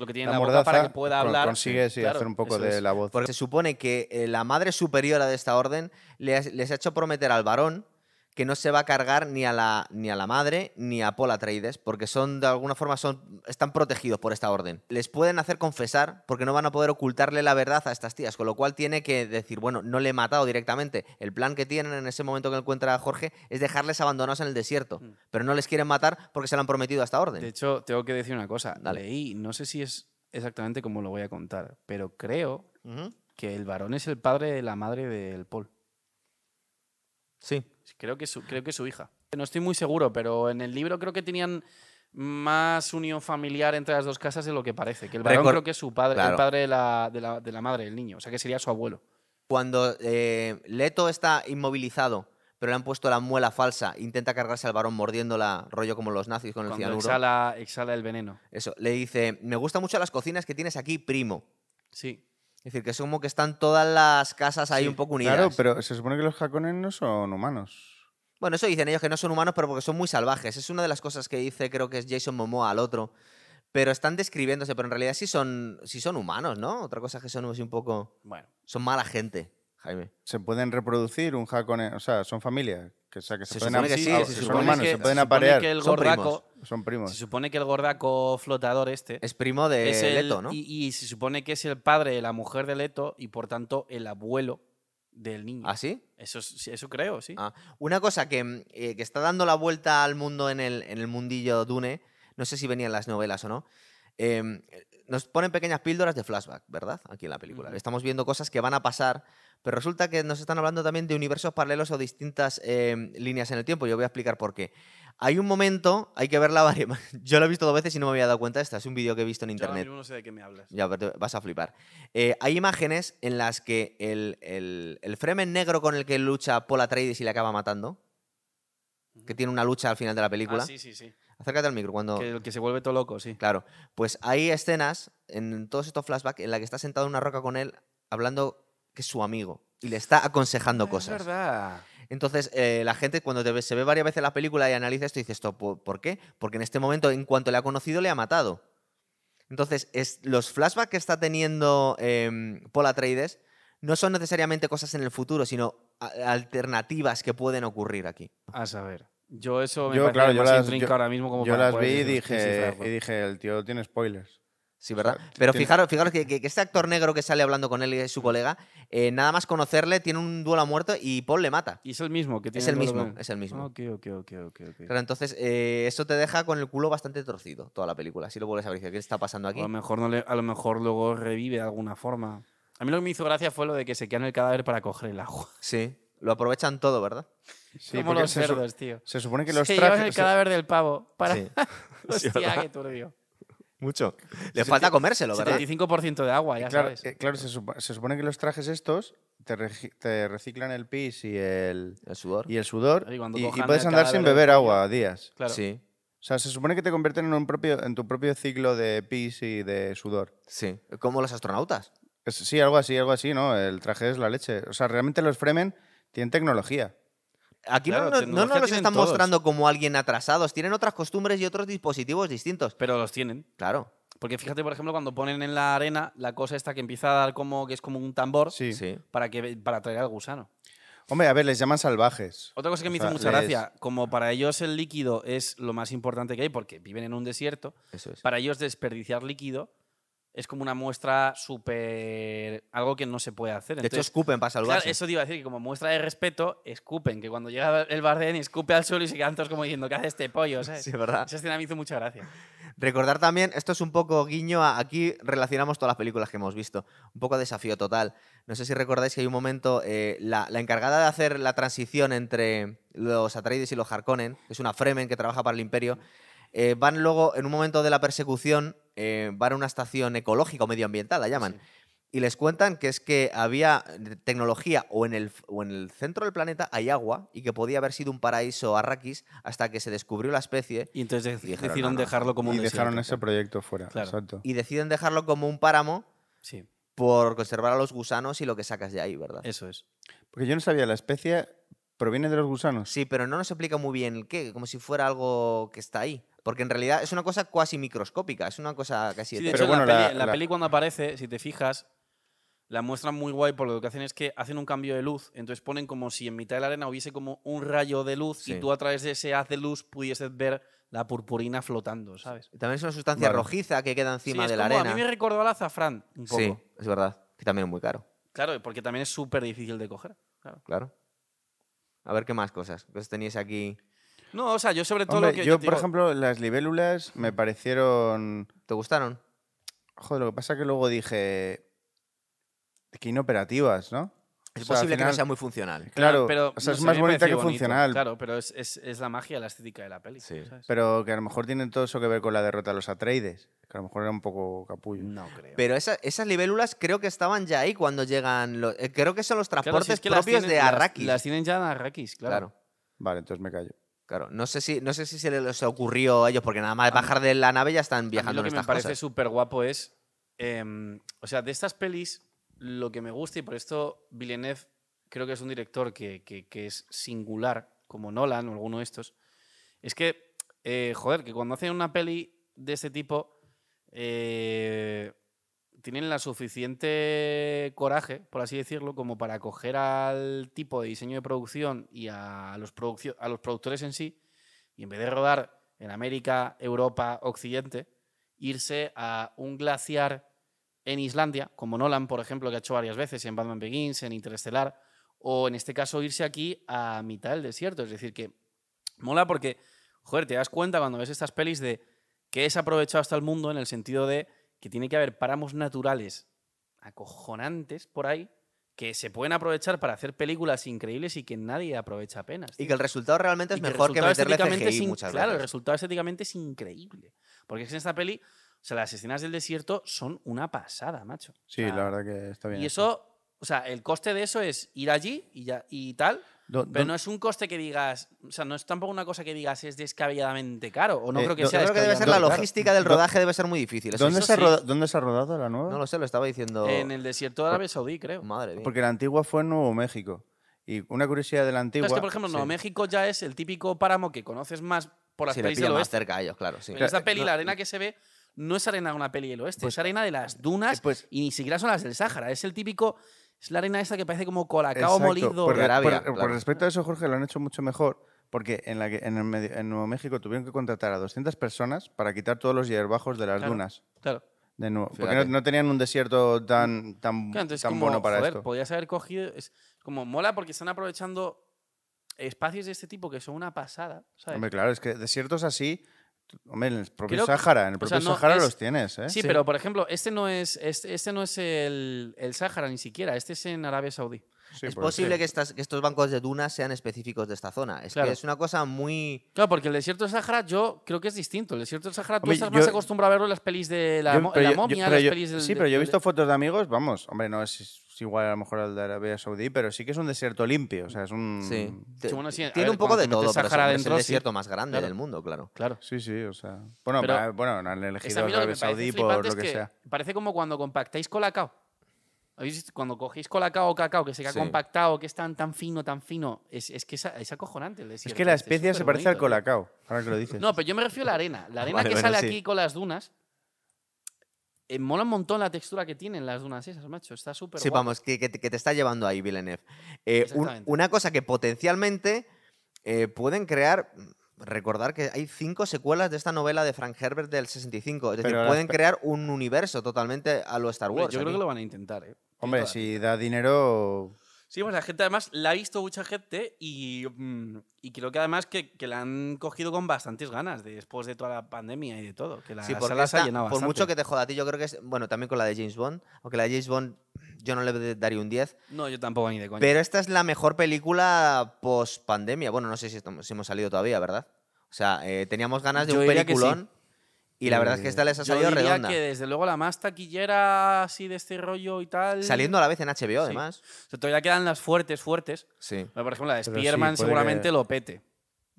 lo que tiene
La
en la boca
mordaza
para que pueda
con-
hablar.
consigue sí,
Claro,
hacer un poco
eso
de
es.
la voz.
Porque se supone que eh, la madre superiora de esta orden le ha- les ha hecho prometer al varón que no se va a cargar ni a la, ni a la madre ni a Paul Atreides, porque son de alguna forma son, están protegidos por esta orden. Les pueden hacer confesar porque no van a poder ocultarle la verdad a estas tías, con lo cual tiene que decir, bueno, no le he matado directamente. El plan que tienen en ese momento que encuentra a Jorge es dejarles abandonados en el desierto,
Mm.
pero no les quieren matar porque se lo han prometido a esta orden.
De hecho, tengo que decir una cosa.
Dale.
Leí, no sé si es exactamente como lo voy a contar, pero creo
Ujú.
que el varón es el padre de la madre del Paul.
Sí.
Creo que, su, creo que su hija. No estoy muy seguro, pero en el libro creo que tenían más unión familiar entre las dos casas de lo que parece. Que el varón
Recor-
creo que es su padre,
Claro.
el padre de la, de, la, de la madre del niño. O sea, que sería su abuelo.
Cuando eh, Leto está inmovilizado, pero le han puesto la muela falsa, intenta cargarse al varón mordiéndola, rollo como los nazis con el
Cuando
cianuro.
exhala, exhala el veneno.
Eso, le dice, me gustan mucho las cocinas que tienes aquí, primo.
Sí.
Es decir, que es como que están todas las casas ahí
Sí,
un poco unidas.
Claro, pero se supone que los jacones no son humanos.
Bueno, eso dicen ellos que no son humanos, pero porque son muy salvajes. Es una de las cosas que dice, creo que es Jason Momoa al otro. Pero están describiéndose, pero en realidad sí son, sí son humanos, ¿no? Otra cosa es que son así un poco...
Bueno.
Son mala gente, Jaime.
Se pueden reproducen un jacone, o sea, son familia. Que, o sea, que se,
Se
pueden
supone
ap-
que sí,
ah,
se
son
supone
humanos,
que-
se pueden
se supone
aparear.
que el
Son primos.
gordaco-
Son
se
primos.
supone que el gordaco flotador este
Es primo de
es el-
eh, Leto, ¿no?
y, y se supone que es el padre de la mujer de Leto y por tanto el abuelo del niño.
¿Ah, sí?
Eso, es- sí, eso creo, sí.
Ah, Una cosa que, mm, eh, que está dando la vuelta al mundo en el, en el mundillo Dune, no sé si venían las novelas o no, em, eh, nos ponen pequeñas píldoras de flashback, ¿verdad? Aquí en la película.
Ujú.
Estamos viendo cosas que van a pasar, pero resulta que nos están hablando también de universos paralelos o distintas em, líneas en el tiempo. Yo voy a explicar por qué. Hay un momento, hay que verla varias Yo la he visto dos veces y no me había dado cuenta de esta. Es un vídeo que he visto en
Yo ahora
internet.
mismo no sé de qué me hablas.
Ya pero te- vas a flipar. Eh, hay imágenes en las que el, el, el Fremen negro con el que lucha Paul Atreides y le acaba matando, que
Ujú.
tiene una lucha al final de la película.
Ah, sí, sí, sí.
Acércate al micro cuando...
Que, el que se vuelve todo loco, sí.
Claro. Pues hay escenas en todos estos flashbacks en la que está sentado en una roca con él hablando que es su amigo y le está aconsejando
Ah,
cosas.
Es verdad.
Entonces, eh, la gente cuando te ve- se ve varias veces la película y analiza esto, dice esto, ¿por, por qué? Porque en este momento, en cuanto le ha conocido, le ha matado. Entonces, es, los flashbacks que está teniendo em, Paul Atreides no son necesariamente cosas en el futuro, sino a- alternativas que pueden ocurrir aquí.
A saber. Yo eso me
Yo,
parece
claro, yo
demasiado
las-
intrínseco
yo-
ahora mismo como
Yo
para
las vi
poder
y
decir- pues.
dije,
descifrarlo.
y dije, el tío tiene spoilers.
Sí,
O sea,
¿verdad?
ti-
Pero
tiene-
fijaros, fijaros que, que- que este actor negro que sale hablando con él y su colega, eh, nada más conocerle, tiene un duelo a muerto y Paul le mata.
Y es el mismo que tiene
Es el
Lord of
mismo,
the-
es el mismo.
Ah, Ok, ok, ok, ok. ok.
Claro, entonces eh, eso te deja con el culo bastante torcido toda la película. Si lo vuelves a ver, dices, ¿qué está pasando
A
aquí?
lo, mejor no le- a lo mejor luego revive de alguna forma. A mí lo que me hizo gracia fue lo de que se quedan el cadáver para coger el agua.
Sí, lo aprovechan todo, ¿verdad?
Sí,
como
porque
los
se, su-
cerdos, tío.
se supone que los
se llevan
trajes.
el
se-
cadáver del pavo para...
Sí.
Hostia, qué turbio.
Mucho. Les falta comérselo, ¿verdad?
75% de agua, ya
Claro,
sabes.
eh, claro, se, supo- se supone que los trajes estos te, regi- te reciclan el pis y el,
El sudor.
y el sudor
Y
y,
cuando
y
cojan
puedes
el
andar sin
cadáver
beber
del
agua días.
Claro.
Sí,
O sea, se supone que te convierten en, un propio, en tu propio ciclo de pis y de sudor.
sí. Como los astronautas.
Es- sí, algo así, algo así, ¿no? El traje es la leche. O sea, realmente los Fremen tienen tecnología.
Aquí no- no,
Claro,
no,
tecnología
nos los
tienen
están
todos.
mostrando como alguien atrasados. Tienen otras costumbres y otros dispositivos distintos.
Pero los tienen.
Claro.
Porque fíjate, por ejemplo, cuando ponen en la arena la cosa esta que empieza a dar como que es como un tambor
Sí.
Sí.
para, que, para atraer al gusano.
Hombre, a ver, les llaman salvajes.
Otra cosa que me
O
hizo
sea,
mucha
les-
gracia, como para ellos el líquido es lo más importante que hay porque viven en un desierto,
Eso es.
para ellos desperdiciar líquido es como una muestra súper... algo que no se puede hacer.
De hecho,
Entonces,
escupen para
Claro,
salvarse.
eso te iba a decir, que como muestra de respeto, escupen, que cuando llega el Bardem escupe al suelo y se quedan todos como diciendo, ¿qué hace este pollo? ¿sabes?
Sí, es verdad.
Esa escena me hizo mucha gracia.
Recordar también, esto es un poco guiño, a- aquí relacionamos todas las películas que hemos visto, un poco desafío total. No sé si recordáis que hay un momento, eh, la, la encargada de hacer la transición entre los Atreides y los Harkonnen, que es una Fremen que trabaja para el imperio, eh, van luego, en un momento de la persecución, eh, van a una estación ecológica o medioambiental, la llaman, y les cuentan que es que había tecnología o en, el, f- o en el centro del planeta hay agua y que podía haber sido un paraíso arrakis hasta que se descubrió la especie
Y entonces dec-
Y dijeron,
decidieron
"No, no".
dejarlo como
y
un
dejaron
desierto.
ese proyecto fuera.
Claro.
Exacto.
y deciden dejarlo como un páramo
Sí,
por conservar a los gusanos y lo que sacas de ahí, ¿verdad?
eso es.
Porque yo no sabía, la especie proviene de los gusanos.
Sí, pero no nos explica muy bien el qué, como si fuera algo que está ahí. Porque en realidad es una cosa cuasi microscópica, es una cosa casi...
Sí, de
etérea.
hecho,
Pero bueno,
en, la
la-
peli, en la
la-
peli cuando aparece, si te fijas, la muestran muy guay por lo que hacen es que hacen un cambio de luz. Entonces ponen como si en mitad de la arena hubiese como un rayo de luz y
Sí.
tú a través de ese haz de luz pudieses ver la purpurina flotando, ¿sabes?
También es una sustancia
Vale.
rojiza que queda encima
Sí, es
de la
como-
arena.
A mí me recordó al azafrán un poco.
Sí, es verdad. Que también es muy caro,
Claro, porque también es súper difícil de coger. claro.
claro. A ver qué más cosas. Que os teníais aquí.
No, o sea, yo sobre todo
Hombre,
lo que...
yo,
ya te
por
digo,
ejemplo, las libélulas me parecieron.
¿Te gustaron?
Joder, lo que pasa que luego dije. Que inoperativas, ¿no?
Es
O sea, al
posible que no
final-
sea muy funcional.
Claro,
pero,
o sea,
no
es
sé, a
más
mí me
bonita que
pareció bonito.
funcional.
Claro, pero es, es- es la magia, la estética de la peli.
Sí.
¿sabes?
Pero que a lo mejor tiene todo eso que ver con la derrota a los Atreides. Que a lo mejor era un poco capullo.
No creo.
Pero esa- esas libélulas creo que estaban ya ahí cuando llegan. los- eh, creo que son los
Claro,
transportes
si es que las
propios
tienen-
de
las-
Arrakis.
Las, tienen ya en Arrakis, claro.
claro.
Vale, entonces me callo.
Claro, no sé si, no sé si se les ocurrió a ellos, porque nada más bajar de la nave ya están
A mí
viajando
lo
en
que me
estas
parece
cosas.
súper guapo es. em, o sea, de estas pelis, lo que me gusta, y por esto Villeneuve creo que es un director que, que- que es singular, como Nolan o alguno de estos, es que, eh, joder, que cuando hacen una peli de este tipo, eh, tienen la suficiente coraje, por así decirlo, como para coger al tipo de diseño de producción y a los, produccio- a los productores en sí, y en vez de rodar en América, Europa, Occidente, irse a un glaciar en Islandia, como Nolan, por ejemplo, que ha hecho varias veces en Batman Begins, en Interestelar, o en este caso irse aquí a mitad del desierto. Es decir, que mola porque, joder, te das cuenta cuando ves estas pelis de que es aprovechado hasta el mundo en el sentido de que tiene que haber páramos naturales acojonantes por ahí que se pueden aprovechar para hacer películas increíbles y que nadie aprovecha apenas.
Y
tío.
que el resultado realmente es
Y el
mejor que,
resultado
meterle
estéticamente es
CGI
in-
muchas
Claro, el
veces.
resultado estéticamente es increíble. Porque es que en esta peli, o sea, las escenas del desierto son una pasada, macho. O
Sí,
sea,
la verdad que está bien.
Y eso, o sea, el coste de eso es ir allí y, ya, y tal,
Do-
pero
do-
no es un coste que digas, o sea, no es tampoco una cosa que digas es descabelladamente caro, o no
Eh,
creo que
yo
Yo
sea
creo que debe ser la
claro.
descabelladamente
logística del
Do-
rodaje debe ser muy difícil. eso
¿Dónde,
sí.
se ha
sí.
roda- ¿Dónde se ha rodado la nueva?
No lo sé, lo estaba diciendo.
En el desierto de Arabia Saudí, creo.
Madre mía.
Porque la antigua fue en Nuevo México. Y una curiosidad de la
Claro,
antigua.
es que, por ejemplo, Nuevo
sí.
México ya es el típico páramo que conoces más por las
si le
pelis del
pilla más
oeste.
cerca a ellos, claro. sí.
En esta
Claro,
peli,
no,
la arena que se ve no es arena de una peli del oeste,
Pues-
es arena de las
Eh,
dunas
Pues,
y ni siquiera son las del Sáhara. Es el típico. Es la arena esta que parece como colacao
exacto,
molido.
por,
De Arabia,
por- por
claro.
respecto a eso, Jorge, lo han hecho mucho mejor. Porque en, la que- en, el medio- en Nuevo México tuvieron que contratar a 200 personas para quitar todos los hierbajos de las
Claro.
dunas.
Claro.
De Nuevo- porque no,
Fíjate.
no tenían un desierto tan, tan,
Claro, entonces,
tan
como,
bueno para
joder, pues,
esto.
podías haber cogido. Es como mola porque están aprovechando espacios de este tipo que son una pasada. ¿sabes?
Hombre, claro, es que desiertos así. t- Hombre, en el propio
Creo que-
Sáhara, en el
o sea,
propio
no
Sáhara
es-
los tienes, ¿eh?
sí, pero por ejemplo, este no es, este, este no es el, el Sáhara ni siquiera. Este es en Arabia Saudí.
Sí,
es
por-
posible
sí.
que, estas, que estos bancos de dunas sean específicos de esta zona. Es
Claro.
que es una cosa muy.
Claro, porque el desierto del Sáhara yo creo que es distinto. El desierto del Sáhara tú
Hombre,
estás
yo-
más acostumbrado a verlo en las pelis de la,
Yo-
mo-
pero
la
yo- yo-
momia,
pero
las
yo-
pelis del-
Sí, pero yo he
del-
visto fotos de amigos, vamos, hombre, no es, es igual a lo mejor al de Arabia Saudí, pero sí que es un desierto limpio, o sea, es un...
Sí. Te-
bueno, sí, a
Tiene
ver,
un poco
cuando
de
te metes
todo, pero
Sahara
es el- es
dentro,
el
sí.
desierto más grande
Claro.
del mundo, claro.
Claro.
Sí, sí, o sea... Bueno,
Pero-
pa- bueno no han
Es que a
elegido
mí lo que me
Arabia
parece
Saudí
flipante
por
es
lo que,
que
sea.
Parece como cuando compactáis colacao. ¿Habéis visto? Cuando cogéis colacao o cacao, que se queda
Sí.
compactado, que es tan, tan fino, tan fino. Es, es que es, a- es acojonante. el
Es
desierto
que la
este, es
especie se parece al
superbonito,
colacao, ahora que lo dices.
tío. No, pero yo me refiero a la arena. La arena
Vale,
que
bueno,
sale
sí.
aquí con las dunas. eh, mola un montón la textura que tienen las dunas esas, macho. Está súper
Sí,
guapo.
vamos, que, que te- que te está llevando ahí, Villeneuve. Eh, un-
Exactamente.
una cosa que potencialmente eh, pueden crear. Recordar que hay cinco secuelas de esta novela de Frank Herbert del 65. Es decir,
Pero las
pueden
pe-
crear un universo totalmente a lo Star
Hombre,
Wars.
Yo creo
aquí.
que lo van a intentar, ¿eh?
Hombre,
Toda-
si da dinero...
Sí, pues la gente además la ha visto mucha gente y, mm, y creo que además que, que la han cogido con bastantes ganas de- después de toda la pandemia y de todo. Que la
Sí, porque
sala se ha
esta,
llenado
por
bastante.
mucho que te joda a ti, yo creo que es. Bueno, también con la de James Bond. Aunque la de James Bond yo no le daría un 10.
No, yo tampoco ni de coña.
Pero esta es la mejor película post pandemia. Bueno, no sé si, estamos- si hemos salido todavía, ¿verdad? O sea, eh, teníamos ganas de
Yo
un
diría que sí.
peliculón. Y la verdad es que
Eh,
esta les ha
Yo
salido
diría
redonda.
que desde luego la más taquillera así de este rollo y tal.
Saliendo a la vez en HBO,
Sí.
además.
O sea, todavía quedan las fuertes, fuertes.
Sí.
Pero, por ejemplo, la de
Pero sí,
Spider-Man
puede
seguramente
que-
lo pete.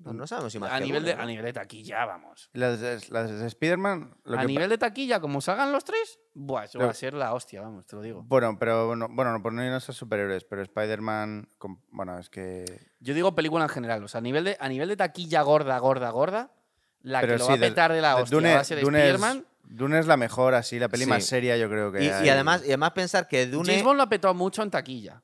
No, Pues no sabemos si más
A
que
nivel, de,
alguna,
a
¿no?
nivel de taquilla, vamos.
Las, de- las de Spider-Man... lo
a
que pa-
nivel de taquilla, como salgan los tres, buah, eso
Lo-
va a ser la hostia, vamos, te lo digo.
Bueno, pero bueno, bueno, no por no irnos a superhéroes, pero Spider-Man... con- Bueno, es que...
Yo digo película en general. O sea, a nivel de, a nivel de taquilla gorda, gorda, gorda, la
Pero
que lo
sí,
va a
del-
petar de la
de
Ah, hostia
Dune-
va a ser
Dune es-
Spider-Man.
Dune es la mejor, así, la peli
Sí.
más seria, yo creo que.
Y, y
hay.
además, y además pensar que Dune...
James Bond lo ha petado mucho en taquilla,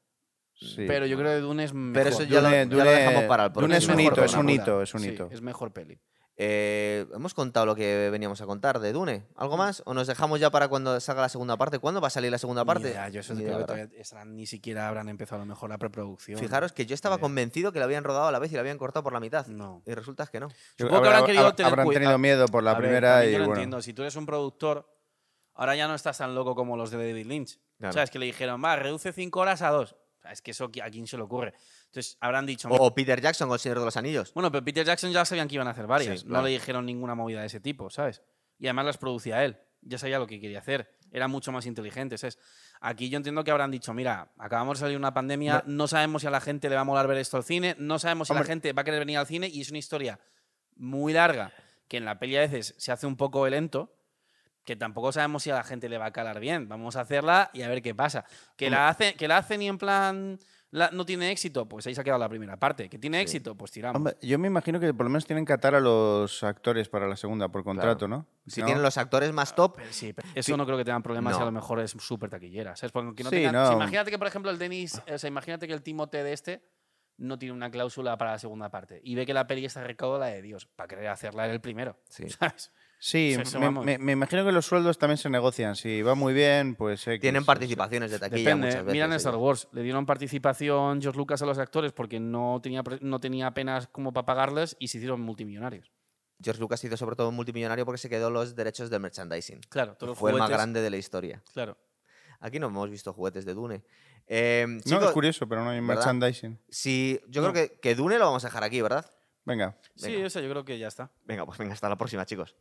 Sí.
pero yo creo que Dune es mejor.
Pero eso ya,
Dune-
lo, ya lo
Dune-
dejamos para el
Dune
próximo.
es un
mejor
hito, es
peli.
un hito, es un
Sí,
hito.
es mejor peli.
Eh, hemos contado lo que veníamos a contar de Dune.
Mm.
¿Algo más? ¿O nos dejamos ya para cuando salga la segunda parte? ¿Cuándo va a salir la segunda parte?
Ni idea, yo eso
Ni
creo
idea,
que
¿verdad?
todavía estarán- ni siquiera habrán empezado a lo mejor la preproducción.
Fijaros que yo estaba
Ni idea.
convencido que la habían rodado a la vez y la habían cortado por la mitad.
No.
Y resulta que no.
Yo-
Supongo que habrán querido
hab-
tener
habrán
cuida-
tenido miedo por la
A ver,
primera
también
y
yo lo
bueno.
entiendo. Si tú eres un productor, ahora ya no estás tan loco como los de David Lynch.
Claro.
O sea, es que le dijeron, va, reduce cinco horas a dos. O sea, es que eso qui- a quién se le ocurre. Entonces habrán dicho.
O o Peter Jackson con el Señor de los Anillos.
Bueno, pero Peter Jackson ya sabían que iban a hacer varias.
Sí, claro.
No le dijeron ninguna movida de ese tipo, ¿sabes? Y además las producía él. Ya sabía lo que quería hacer. Era mucho más inteligente, ¿sabes? Aquí yo entiendo que habrán dicho, mira, acabamos de salir una pandemia, no sabemos si a la gente le va a molar ver esto al cine, no sabemos si la
Hombre.
gente va a querer venir al cine y es una historia muy larga, que en la peli a veces se hace un poco lento, que tampoco sabemos si a la gente le va a calar bien. Vamos a hacerla y a ver qué pasa. Que, la, hace, que la hacen y en plan la- no tiene éxito, pues ahí se ha quedado la primera parte. Que tiene éxito, pues tiramos.
Hombre, yo me imagino que por lo menos tienen que atar a los actores para la segunda por contrato, ¿no?
Si
¿No?
tienen los actores más top,
Ah, Pero sí, pero eso no creo que tengan problemas y
No.
a lo mejor es súper taquillera. ¿sabes? Porque aunque no
Sí,
tengan-
no.
si imagínate que, por ejemplo, el Denis, o sea, imagínate que el Timote de este no tiene una cláusula para la segunda parte y ve que la peli está recaudo la de Dios para querer hacerla él el primero.
Sí.
¿sabes?
Sí,
Sí, sí,
me,
vamos.
me- me imagino que los sueldos también se negocian. Si va muy bien, pues. X,
tienen
sí,
participaciones de taquilla
Depende.
muchas veces.
Miran en Star
ellos.
Wars. Le dieron participación George Lucas a los actores porque no tenía, pre- no tenía apenas como para pagarles y se hicieron multimillonarios.
George Lucas hizo sobre todo multimillonario porque se quedó los derechos del merchandising.
Claro, todos los
Fue el más
juguetes-
grande de la historia.
Claro.
Aquí no hemos visto juguetes de Dune. Eh,
No,
chicos,
es curioso, pero no hay
¿verdad?
merchandising.
si, yo
No.
creo que, que Dune lo vamos a dejar aquí, ¿verdad?
Venga.
Sí,
Venga.
eso yo creo que ya está.
Venga, pues venga, hasta la próxima, chicos.